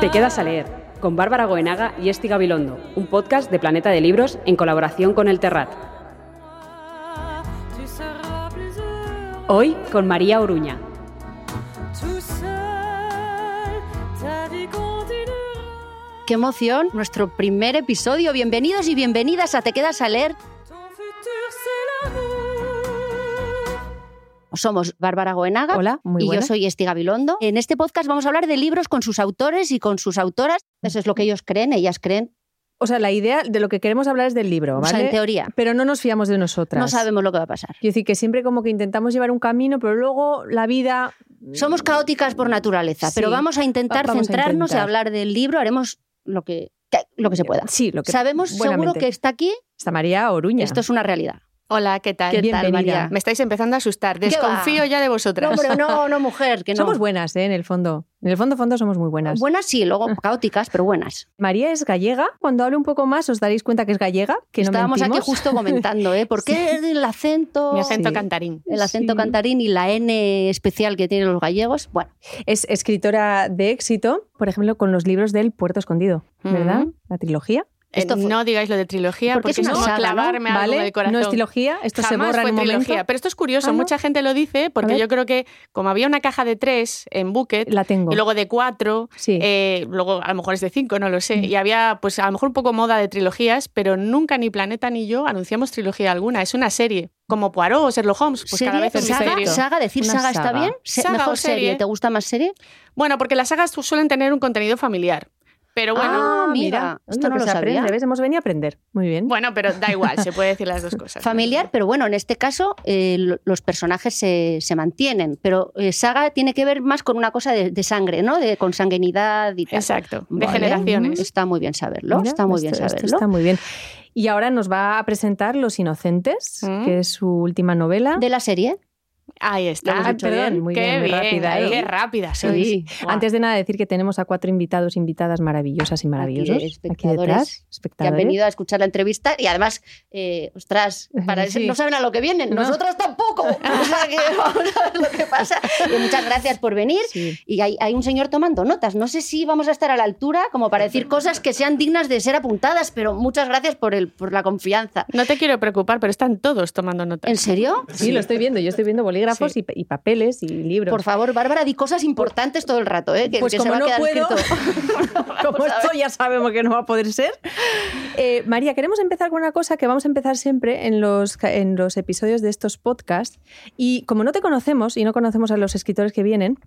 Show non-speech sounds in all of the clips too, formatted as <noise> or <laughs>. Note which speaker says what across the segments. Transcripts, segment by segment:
Speaker 1: Te quedas a leer con Bárbara Goenaga y Esti Gabilondo, un podcast de Planeta de Libros en colaboración con El Terrat. Hoy con María Oruña.
Speaker 2: Qué emoción, nuestro primer episodio. Bienvenidos y bienvenidas a Te quedas a leer. Somos Bárbara Goenaga
Speaker 3: Hola, muy
Speaker 2: y
Speaker 3: buena.
Speaker 2: yo soy Esti Gabilondo. En este podcast vamos a hablar de libros con sus autores y con sus autoras. Eso es lo que ellos creen, ellas creen.
Speaker 3: O sea, la idea de lo que queremos hablar es del libro,
Speaker 2: O
Speaker 3: ¿vale?
Speaker 2: sea, en teoría,
Speaker 3: Pero no nos fiamos de nosotras.
Speaker 2: no sabemos lo que va a pasar.
Speaker 3: Quiero decir que siempre como que intentamos llevar un camino, pero luego la vida... mm,
Speaker 2: Somos caóticas por naturaleza,
Speaker 3: Sí.
Speaker 2: pero vamos a intentar
Speaker 3: Vamos a
Speaker 2: centrarnos
Speaker 3: intentar.
Speaker 2: y hablar del libro. Haremos lo que, que- lo que se pueda.
Speaker 3: Sí, lo que...
Speaker 2: Sabemos seguro
Speaker 3: buenamente.
Speaker 2: que está aquí.
Speaker 3: Está María Oruña.
Speaker 2: Esto es una realidad.
Speaker 4: Hola, ¿qué tal?
Speaker 3: ¿Qué tal, Bienvenida. María?
Speaker 4: Me estáis empezando a asustar.
Speaker 2: ¿Qué va?
Speaker 4: Desconfío ya de
Speaker 2: No,
Speaker 4: vosotras.
Speaker 2: hombre, no, no, mujer,
Speaker 3: <laughs>
Speaker 2: que no.
Speaker 3: Somos buenas, ¿eh? En el fondo. En el fondo, fondo somos muy buenas. Ah.
Speaker 2: Buenas sí, luego caóticas, pero buenas.
Speaker 3: María es gallega. Cuando hable un poco más os daréis cuenta que es gallega, que no
Speaker 2: Estábamos aquí
Speaker 3: mentimos.
Speaker 2: justo comentando,
Speaker 3: <laughs>
Speaker 2: ¿eh? ¿Por qué el acento,
Speaker 4: Mi acento
Speaker 3: Sí.
Speaker 4: cantarín.
Speaker 2: el acento
Speaker 3: Sí.
Speaker 2: cantarín y la N especial que tienen los gallegos? Bueno,
Speaker 3: Es escritora de éxito, por ejemplo, con los libros del Puerto Escondido, ¿verdad?
Speaker 2: Mm.
Speaker 4: Ujú.
Speaker 3: La trilogía.
Speaker 4: Eh,
Speaker 2: Esto fue-
Speaker 4: No digáis lo de trilogía
Speaker 2: Porque
Speaker 4: porque,
Speaker 2: es una
Speaker 4: si no
Speaker 2: saga, ¿no?
Speaker 4: clavarme algo
Speaker 3: ¿Vale?
Speaker 4: en el corazón.
Speaker 3: No es trilogía, esto
Speaker 4: Jamás
Speaker 3: se borra
Speaker 4: fue
Speaker 3: en un momento.
Speaker 4: trilogía. Pero esto es curioso,
Speaker 3: Ah, ¿no?
Speaker 4: mucha gente lo dice
Speaker 3: ver.
Speaker 4: porque yo creo que como había una caja de tres en Bucket
Speaker 3: La tengo.
Speaker 4: y luego de cuatro,
Speaker 3: Sí.
Speaker 4: eh, luego a lo mejor es de cinco, no lo sé,
Speaker 3: Mm.
Speaker 4: y había pues a lo mejor un poco moda de trilogías, pero nunca ni Planeta ni yo anunciamos trilogía alguna, es una serie, como Poirot o Sherlock Holmes, pues cada
Speaker 2: serie,
Speaker 4: vez un
Speaker 2: saga,
Speaker 4: misterio.
Speaker 2: saga, decir
Speaker 3: Una
Speaker 2: saga, está
Speaker 3: saga.
Speaker 2: bien. Se-
Speaker 4: Saga
Speaker 2: mejor
Speaker 4: o serie.
Speaker 2: ¿te gusta más serie?
Speaker 4: Bueno, porque las sagas su- suelen tener un contenido familiar. Pero bueno,
Speaker 2: Ah, mira, esto no
Speaker 3: que
Speaker 2: lo
Speaker 3: se
Speaker 2: sabía.
Speaker 3: aprende, ¿ves? Hemos venido a aprender. Muy bien.
Speaker 4: bueno, pero da igual, se puede decir las dos cosas.
Speaker 2: Familiar, pero bueno, en este caso eh, lo- los personajes se, se mantienen, pero eh, saga tiene que ver más con una cosa de, de sangre, ¿no? De con sanguinidad y tal.
Speaker 4: Exacto, de
Speaker 2: Vale.
Speaker 4: generaciones.
Speaker 2: Está muy bien saberlo,
Speaker 3: Mira,
Speaker 2: está muy
Speaker 3: esto-
Speaker 2: bien
Speaker 3: esto
Speaker 2: saberlo.
Speaker 3: Está muy bien. Y ahora nos va a presentar Los Inocentes,
Speaker 4: Mm.
Speaker 3: que es su última novela.
Speaker 2: De la serie,
Speaker 4: Ahí está. Ah,
Speaker 3: Lo hemos hecho bien, muy
Speaker 4: qué
Speaker 3: bien, muy rápida,
Speaker 4: ahí,
Speaker 3: ¿eh?
Speaker 4: Qué rápida, sois.
Speaker 2: sí.
Speaker 4: Guau.
Speaker 3: Antes de nada decir que tenemos a cuatro invitados, invitadas maravillosas y maravillosos.
Speaker 2: espectadores
Speaker 3: detrás,
Speaker 2: que han
Speaker 3: espectadores.
Speaker 2: venido a escuchar la entrevista y además, eh, ostras,
Speaker 3: <laughs>
Speaker 2: para eso
Speaker 3: Sí.
Speaker 2: no saben a lo que vienen,
Speaker 3: No.
Speaker 2: nosotras tampoco. <laughs> O sea que vamos a ver lo que pasa. Y muchas gracias por venir.
Speaker 3: Sí.
Speaker 2: Y hay, hay un señor tomando notas. No sé si vamos a estar a la altura como para decir cosas que sean dignas de ser apuntadas, pero muchas gracias por, el, por la confianza.
Speaker 4: No te quiero preocupar, pero están todos tomando
Speaker 2: ¿En
Speaker 4: notas.
Speaker 2: serio?
Speaker 3: Sí, lo estoy viendo. Yo estoy viendo bolígrafos
Speaker 4: Sí.
Speaker 3: y, pa- y papeles y libros.
Speaker 2: Por favor, Bárbara, di cosas importantes todo el rato, ¿eh? que,
Speaker 3: pues
Speaker 2: que se
Speaker 3: como
Speaker 2: va
Speaker 3: no
Speaker 2: a quedar
Speaker 3: puedo,
Speaker 2: escrito.
Speaker 3: <laughs> como esto ya sabemos que no va a poder ser. Eh, María, queremos empezar con una cosa que vamos a empezar siempre en los, ca- en los episodios de estos podcasts. Y como no te conocemos y no conocemos a los escritores que vienen,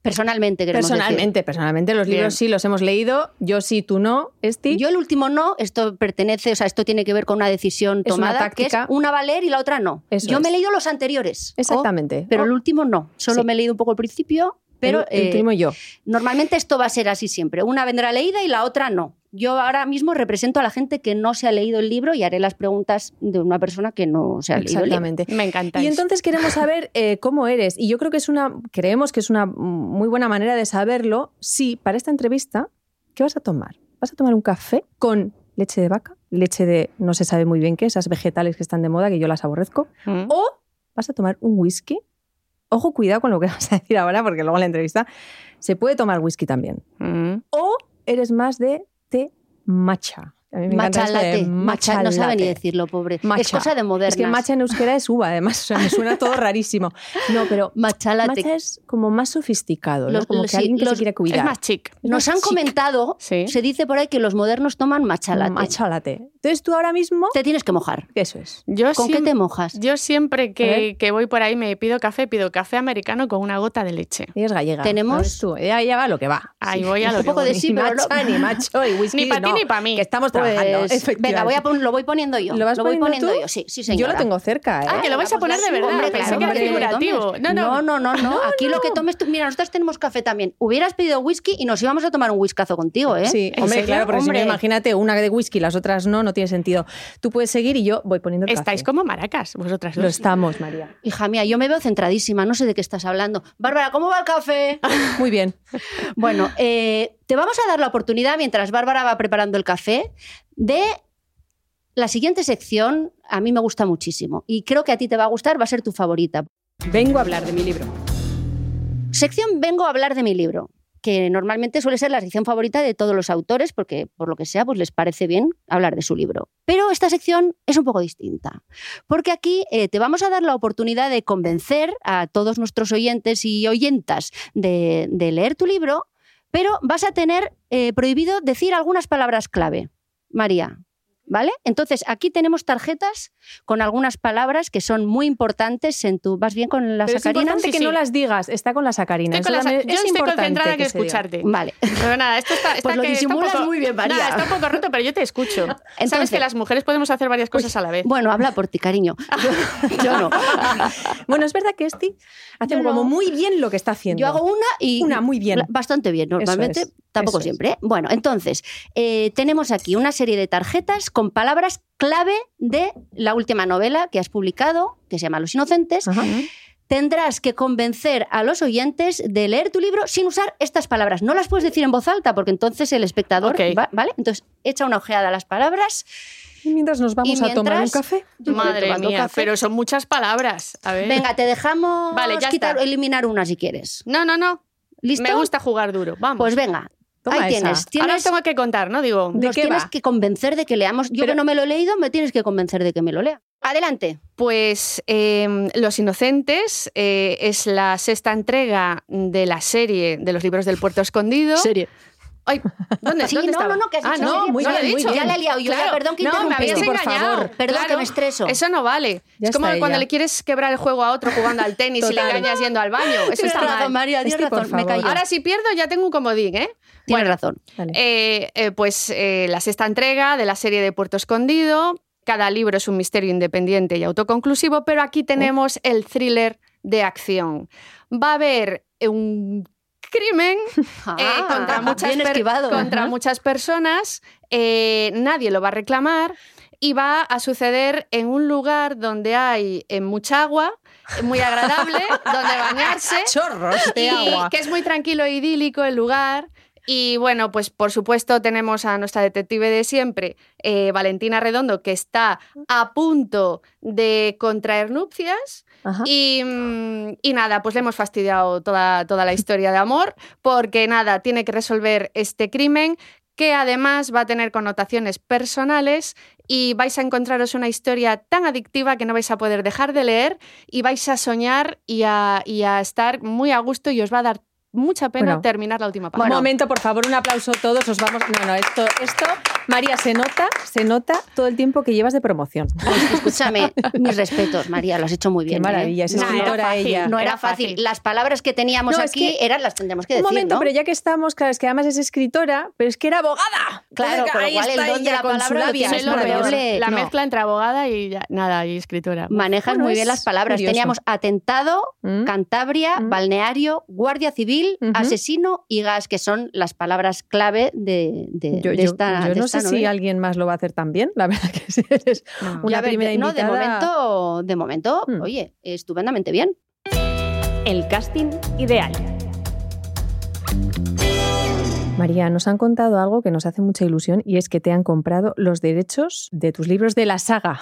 Speaker 2: Personalmente, queremos decir.
Speaker 3: personalmente, personalmente, los
Speaker 4: Bien.
Speaker 3: libros sí los hemos leído. Yo sí, tú no, Esti.
Speaker 2: Yo el último no, esto pertenece, o sea, esto tiene que ver con una decisión
Speaker 3: Es una
Speaker 2: tomada, que es
Speaker 3: táctica.
Speaker 2: una va a leer y la otra no.
Speaker 3: Eso
Speaker 2: Yo me he
Speaker 3: es.
Speaker 2: leído los anteriores.
Speaker 3: Exactamente. Oh,
Speaker 2: o- oh, pero
Speaker 3: O-
Speaker 2: el último no, solo
Speaker 3: Sí.
Speaker 2: me he leído un poco el principio, pero
Speaker 3: el, el
Speaker 2: eh,
Speaker 3: último yo.
Speaker 2: normalmente esto va a ser así siempre. Una vendrá leída y la otra no. Yo ahora mismo represento a la gente que no se ha leído el libro y haré las preguntas de una persona que no se ha leído el libro.
Speaker 3: Exactamente.
Speaker 4: Me encanta.
Speaker 3: Y entonces queremos saber eh, cómo eres. Y yo creo que es una, creemos que es una muy buena manera de saberlo. Si para esta entrevista, ¿qué vas a tomar? ¿Vas a tomar un café con leche de vaca? Leche de no se sabe muy bien qué, esas vegetales que están de moda, que yo las aborrezco.
Speaker 4: Mm,
Speaker 3: O vas a tomar un whisky. Ojo, cuidado con lo que <laughs> vas a decir ahora, porque luego en la entrevista se puede tomar whisky también.
Speaker 4: mm.
Speaker 3: O eres más de té matcha. A mí me encanta
Speaker 2: Matcha
Speaker 3: esto de
Speaker 2: latte, matcha- no sabe ni
Speaker 3: latte.
Speaker 2: decirlo, pobre. Es
Speaker 3: Matcha.
Speaker 2: cosa de modernas.
Speaker 3: Es que matcha en euskera es uva, además. O sea, me suena todo rarísimo. No,
Speaker 2: <laughs>
Speaker 3: pero
Speaker 2: Matcha latte.
Speaker 3: matcha es como más sofisticado, ¿no?
Speaker 2: Los-
Speaker 3: Como
Speaker 2: los-
Speaker 3: que alguien que
Speaker 2: los-
Speaker 3: se quiere
Speaker 4: Es
Speaker 3: cuidar.
Speaker 4: más chic.
Speaker 2: Nos han
Speaker 3: chic.
Speaker 2: comentado,
Speaker 4: Sí.
Speaker 2: se dice por ahí que los modernos toman matcha latte.
Speaker 3: Matcha latte. Entonces tú ahora mismo...
Speaker 2: Te tienes que mojar.
Speaker 3: Eso es.
Speaker 4: Yo,
Speaker 2: ¿Con qué
Speaker 4: siem-
Speaker 2: te mojas?
Speaker 4: yo siempre
Speaker 3: A
Speaker 4: que,
Speaker 3: ver.
Speaker 4: que voy por ahí me pido café, pido café americano con una gota de leche.
Speaker 3: Ella es gallega.
Speaker 2: Tenemos-
Speaker 3: ¿no ves tú? Ella, ella va lo que va.
Speaker 4: Ahí voy a lo
Speaker 2: Un
Speaker 4: que
Speaker 2: poco
Speaker 4: voy.
Speaker 2: de sí,
Speaker 3: ni
Speaker 2: pero no.
Speaker 3: matcha, ni
Speaker 2: <laughs>
Speaker 3: macho, y whisky,
Speaker 4: Ni para ti
Speaker 3: no,
Speaker 4: ni para mí.
Speaker 3: Que estamos
Speaker 2: Pues,
Speaker 3: trabajando.
Speaker 2: venga, voy a
Speaker 3: efectivamente.
Speaker 2: pon- lo voy poniendo yo.
Speaker 3: ¿Lo vas
Speaker 2: voy
Speaker 3: poniendo
Speaker 2: poniendo
Speaker 3: tú?
Speaker 2: yo, sí, sí,
Speaker 3: Yo
Speaker 2: señora.
Speaker 3: lo tengo cerca, ¿eh?
Speaker 4: Ah, que lo vais a poner de verdad.
Speaker 2: Hombre,
Speaker 4: Pensé
Speaker 2: claro,
Speaker 4: que era
Speaker 2: hombre, que lo
Speaker 4: figurativo.
Speaker 2: tomes.
Speaker 4: No, no.
Speaker 2: no, no, no. Aquí lo que tomes tú. Mira, nosotros tenemos café también. Hubieras pedido whisky y nos íbamos a tomar un whiskazo contigo, ¿eh?
Speaker 3: Sí,
Speaker 4: ¿En
Speaker 3: hombre,
Speaker 4: serio?
Speaker 3: claro, porque si
Speaker 2: Hombre.
Speaker 3: no, imagínate, una de whisky, las otras no, no tiene sentido. Tú puedes seguir y yo voy poniendo el
Speaker 4: Estáis
Speaker 3: café.
Speaker 4: como maracas, vosotras
Speaker 3: Lo
Speaker 4: dos.
Speaker 3: estamos, María.
Speaker 2: Hija mía, yo me veo centradísima, no sé de qué estás hablando. Bárbara, ¿cómo va el
Speaker 4: <laughs>
Speaker 2: café?
Speaker 3: Muy bien.
Speaker 2: Bueno, eh, te vamos a dar la oportunidad, mientras Bárbara va preparando el café, de la siguiente sección. A mí me gusta muchísimo y creo que a ti te va a gustar, va a ser tu favorita.
Speaker 3: Vengo a hablar de mi libro.
Speaker 2: Sección Vengo a hablar de mi libro. que normalmente suele ser la sección favorita de todos los autores, porque por lo que sea, pues les parece bien hablar de su libro. Pero esta sección es un poco distinta, porque aquí eh, te vamos a dar la oportunidad de convencer a todos nuestros oyentes y oyentas de, de leer tu libro, pero vas a tener eh, prohibido decir algunas palabras clave. María, ¿vale? Entonces, aquí tenemos tarjetas con algunas palabras que son muy importantes en tu... ¿Vas bien con la
Speaker 3: Pero es
Speaker 2: sacarina?
Speaker 3: importante
Speaker 4: Sí,
Speaker 3: que
Speaker 4: sí.
Speaker 3: no las digas, está con la sacarina.
Speaker 4: Estoy con la
Speaker 3: Eso también-
Speaker 4: sa- yo
Speaker 3: es
Speaker 4: estoy
Speaker 3: importante
Speaker 4: concentrada que,
Speaker 3: que se diga.
Speaker 2: <laughs>
Speaker 4: escucharte.
Speaker 2: Vale.
Speaker 4: Pero nada, esto está, está
Speaker 2: Pues lo
Speaker 4: que está un
Speaker 2: disimulas
Speaker 4: poco-
Speaker 2: muy bien, María.
Speaker 4: Nada, está
Speaker 2: <laughs>
Speaker 4: un poco roto, pero yo te escucho. Sabes
Speaker 2: Entonces- pues,
Speaker 4: que las mujeres podemos hacer varias cosas a la vez.
Speaker 2: Bueno, habla por ti, <laughs> cariño. Yo, yo no.
Speaker 3: Bueno, es verdad que Esti hace
Speaker 2: Yo no.
Speaker 3: como muy bien lo que está haciendo.
Speaker 2: Yo hago una y...
Speaker 3: Una muy bien.
Speaker 2: la- Bastante bien, normalmente.
Speaker 3: es,
Speaker 2: Tampoco
Speaker 3: eso es.
Speaker 2: siempre. ¿eh? Bueno, entonces, eh, tenemos aquí una serie de tarjetas con palabras clave de la última novela que has publicado, que se llama Los Inocentes.
Speaker 3: Ajá.
Speaker 2: Tendrás que convencer a los oyentes de leer tu libro sin usar estas palabras. No las puedes decir en voz alta porque entonces el espectador,
Speaker 4: Ok.
Speaker 2: va- ¿vale? Entonces, echa una ojeada a las palabras.
Speaker 3: Y mientras nos vamos
Speaker 2: Y
Speaker 3: a tomar un
Speaker 2: mientras-
Speaker 3: café.
Speaker 4: Madre
Speaker 2: tomando
Speaker 4: mía,
Speaker 2: café.
Speaker 4: pero son muchas palabras. A ver.
Speaker 2: Venga, te dejamos
Speaker 4: ¿Eh? Vale, ya
Speaker 2: quitar-
Speaker 4: está.
Speaker 2: eliminar una si quieres.
Speaker 4: No, no, no.
Speaker 2: ¿Listo?
Speaker 4: Me gusta jugar duro. Vamos.
Speaker 2: Pues venga,
Speaker 3: Toma
Speaker 2: ahí
Speaker 3: esa.
Speaker 2: tienes.
Speaker 4: Ahora
Speaker 2: tienes
Speaker 4: os tengo que contar, ¿no? Digo,
Speaker 3: ¿De
Speaker 2: nos
Speaker 3: qué
Speaker 2: tienes
Speaker 3: va?
Speaker 2: que convencer de que leamos. Yo
Speaker 4: Pero-
Speaker 2: que no me lo he leído, me tienes que convencer de que me lo lea. Adelante.
Speaker 4: Pues eh, Los Inocentes eh, es la sexta entrega de la serie de los libros del Puerto Escondido.
Speaker 3: Serie.
Speaker 4: Ay, ¿dónde,
Speaker 2: Sí,
Speaker 4: dónde
Speaker 2: no,
Speaker 4: estaba?
Speaker 2: no, no, que has
Speaker 4: ah,
Speaker 2: dicho
Speaker 4: no,
Speaker 2: serie,
Speaker 4: muy
Speaker 2: no
Speaker 4: bien,
Speaker 2: lo he
Speaker 4: muy
Speaker 2: dicho, ya
Speaker 4: bien.
Speaker 2: la he liado yo, ya, perdón que
Speaker 4: no, me habías
Speaker 2: interrumpí, por
Speaker 4: engañado.
Speaker 2: favor. Perdón que me estreso.
Speaker 4: Eso no vale.
Speaker 3: Ya
Speaker 4: es como
Speaker 3: está
Speaker 4: cuando
Speaker 3: ella.
Speaker 4: le quieres quebrar el juego a otro jugando al tenis y le
Speaker 3: Total.
Speaker 4: engañas yendo al baño. Eso
Speaker 2: Tienes
Speaker 4: está
Speaker 2: razón,
Speaker 4: mal.
Speaker 2: María, tienes
Speaker 3: Esti, por
Speaker 2: razón, me
Speaker 3: favor.
Speaker 2: callo.
Speaker 4: Ahora si pierdo ya tengo un comodín, ¿eh?
Speaker 2: tienes
Speaker 4: bueno.
Speaker 2: razón.
Speaker 3: Vale.
Speaker 4: Eh, eh, pues eh, la sexta entrega de la serie de Puerto Escondido. Cada libro es un misterio independiente y autoconclusivo, pero aquí tenemos el thriller de acción. Va a haber un crimen eh,
Speaker 2: Ah,
Speaker 4: contra, muchas
Speaker 2: bien
Speaker 4: per-
Speaker 2: esquivado.
Speaker 4: contra
Speaker 2: Ajá.
Speaker 4: muchas personas, eh, nadie lo va a reclamar y va a suceder en un lugar donde hay eh, mucha agua, eh,
Speaker 3: <laughs>
Speaker 4: muy agradable, donde bañarse
Speaker 3: Chorros de
Speaker 4: y
Speaker 3: agua.
Speaker 4: que es muy tranquilo e idílico el lugar. Y bueno, pues por supuesto tenemos a nuestra detective de siempre, eh, Valentina Redondo, que está a punto de contraer nupcias.
Speaker 3: Ajá.
Speaker 4: Y, mm, y nada, pues le hemos fastidiado toda, toda la historia de amor, porque nada, tiene que resolver este crimen que además va a tener connotaciones personales y vais a encontraros una historia tan adictiva que no vais a poder dejar de leer y vais a soñar y a, y a estar muy a gusto y os va a dar mucha pena
Speaker 3: Bueno.
Speaker 4: terminar la última
Speaker 3: Un
Speaker 4: página.
Speaker 3: momento, por favor, un aplauso a todos. Os vamos. No, no, esto, esto, María, se nota, se nota todo el tiempo que llevas de promoción.
Speaker 2: <laughs> Escúchame, mis respetos, María, lo has hecho muy
Speaker 3: Qué
Speaker 2: bien. ¿eh?
Speaker 3: maravilla, es
Speaker 4: No, era
Speaker 3: escritora
Speaker 4: fácil,
Speaker 3: ella.
Speaker 2: No
Speaker 4: Era
Speaker 2: era fácil.
Speaker 4: fácil.
Speaker 2: Las palabras que teníamos
Speaker 3: No, es
Speaker 2: aquí
Speaker 3: que-
Speaker 2: eran las tendríamos que
Speaker 3: Un
Speaker 2: decir,
Speaker 3: momento,
Speaker 2: ¿no?
Speaker 3: pero ya que estamos, claro, es que además es escritora, pero es que era abogada.
Speaker 2: Claro,
Speaker 3: Entonces,
Speaker 2: con lo
Speaker 3: ahí
Speaker 2: cual el
Speaker 3: está
Speaker 2: don de
Speaker 3: ella
Speaker 2: la
Speaker 3: con su
Speaker 2: palabra lo
Speaker 3: labia,
Speaker 2: tienes
Speaker 3: es
Speaker 4: lo peor,
Speaker 3: maravilloso.
Speaker 2: horrible,
Speaker 4: la
Speaker 2: no.
Speaker 4: mezcla entre abogada y ya- nada, y escritora.
Speaker 2: Manejas
Speaker 3: Bueno,
Speaker 2: muy bien
Speaker 3: es
Speaker 2: las palabras.
Speaker 3: curioso.
Speaker 2: Teníamos atentado,
Speaker 3: Mm.
Speaker 2: Cantabria,
Speaker 3: Mm.
Speaker 2: balneario, guardia civil,
Speaker 3: Ujú.
Speaker 2: asesino y gas, que son las palabras clave de, de-
Speaker 3: Yo,
Speaker 2: de
Speaker 3: yo-
Speaker 2: esta.
Speaker 3: yo
Speaker 2: de
Speaker 3: no
Speaker 2: esta
Speaker 3: sé si
Speaker 2: novela.
Speaker 3: alguien más lo va a hacer también, la verdad que sí, eres
Speaker 4: No.
Speaker 3: una
Speaker 2: Ya ver,
Speaker 3: primera
Speaker 2: de- no, de
Speaker 3: invitada.
Speaker 2: momento, de momento,
Speaker 3: Mm.
Speaker 2: oye, estupendamente bien.
Speaker 1: El casting ideal.
Speaker 3: María, nos han contado algo que nos hace mucha ilusión y es que te han comprado los derechos de tus libros de la saga.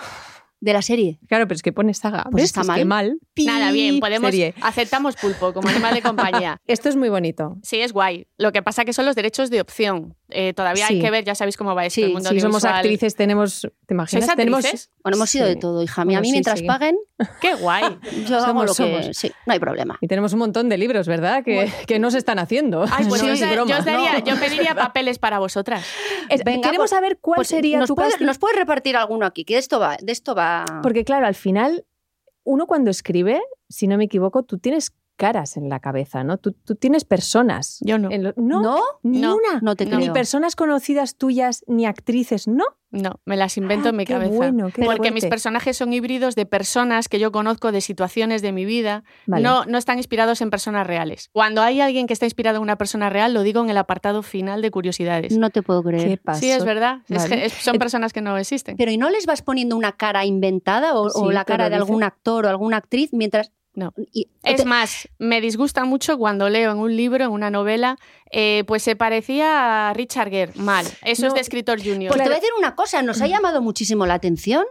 Speaker 2: De la serie.
Speaker 3: Claro, pero es que pones saga.
Speaker 2: Pues
Speaker 3: ¿ves?
Speaker 2: está
Speaker 3: Es
Speaker 2: mal.
Speaker 3: que mal. Pi,
Speaker 4: Nada, bien, podemos
Speaker 3: serie.
Speaker 4: aceptamos pulpo como animal de compañía.
Speaker 3: Esto es muy bonito.
Speaker 4: Sí, es guay. Lo que pasa que son los derechos de opción. Eh, todavía hay
Speaker 3: Sí.
Speaker 4: que ver, ya sabéis cómo va esto.
Speaker 2: Sí,
Speaker 4: el mundo
Speaker 3: Si somos
Speaker 4: audiovisual.
Speaker 3: actrices, tenemos. ¿Te imaginas?
Speaker 4: ¿Sois
Speaker 3: Tenemos.
Speaker 4: actrices?
Speaker 2: Bueno, hemos sido
Speaker 3: Sí.
Speaker 2: de todo, hija mía.
Speaker 3: Bueno,
Speaker 2: a mí
Speaker 3: sí,
Speaker 2: mientras
Speaker 3: sí.
Speaker 2: paguen,
Speaker 4: Qué
Speaker 3: <laughs>
Speaker 4: guay.
Speaker 2: yo hago
Speaker 3: Somos,
Speaker 2: lo que.
Speaker 3: somos.
Speaker 2: Sí, no hay problema.
Speaker 3: Y tenemos un montón de libros, ¿verdad? Que, que no se están haciendo.
Speaker 4: Ay,
Speaker 3: <laughs>
Speaker 4: pues
Speaker 3: No
Speaker 4: yo,
Speaker 3: es
Speaker 4: os da- yo
Speaker 3: broma.
Speaker 4: os daría-
Speaker 3: No.
Speaker 4: yo pediría papeles para vosotras.
Speaker 3: Es-
Speaker 2: Venga,
Speaker 3: Queremos
Speaker 2: pues-
Speaker 3: saber cuál
Speaker 2: Pues,
Speaker 3: sería
Speaker 2: nos
Speaker 3: tu
Speaker 2: puedes,
Speaker 3: casting.
Speaker 2: nos puedes repartir alguno aquí, que de esto va, de esto va.
Speaker 3: Porque, claro, al final, uno cuando escribe, si no me equivoco, tú tienes caras en la cabeza, ¿no? Tú, tú tienes personas.
Speaker 4: Yo no.
Speaker 3: En lo- no,
Speaker 2: ¿No?
Speaker 3: ni
Speaker 4: no,
Speaker 3: una.
Speaker 2: No te
Speaker 4: No.
Speaker 3: Ni
Speaker 2: creo.
Speaker 3: personas conocidas tuyas, ni actrices, no.
Speaker 4: No, me las invento
Speaker 3: Ah,
Speaker 4: en mi
Speaker 3: qué
Speaker 4: cabeza.
Speaker 3: bueno, qué
Speaker 4: porque
Speaker 3: fuerte.
Speaker 4: mis personajes son híbridos de personas que yo conozco, de situaciones de mi vida.
Speaker 3: Vale.
Speaker 4: No, no están inspirados en personas reales. Cuando hay alguien que está inspirado en una persona real, lo digo en el apartado final de curiosidades.
Speaker 2: No te puedo creer.
Speaker 3: ¿Qué pasó?
Speaker 4: sí, es verdad. Es
Speaker 3: Vale.
Speaker 4: que- es- son personas que no existen.
Speaker 2: Pero ¿y no les vas poniendo una cara inventada o, o
Speaker 3: Sí,
Speaker 2: la
Speaker 3: te lo
Speaker 2: cara de
Speaker 3: dice.
Speaker 2: algún actor o alguna actriz mientras...
Speaker 4: No.
Speaker 2: Y-
Speaker 4: Es
Speaker 2: te-
Speaker 4: más, me disgusta mucho cuando leo en un libro, en una novela, eh, pues se parecía a Richard Gere. Mal. Eso
Speaker 3: No.
Speaker 4: es de escritor junior.
Speaker 2: Pues te voy a decir una cosa, nos ha llamado muchísimo la atención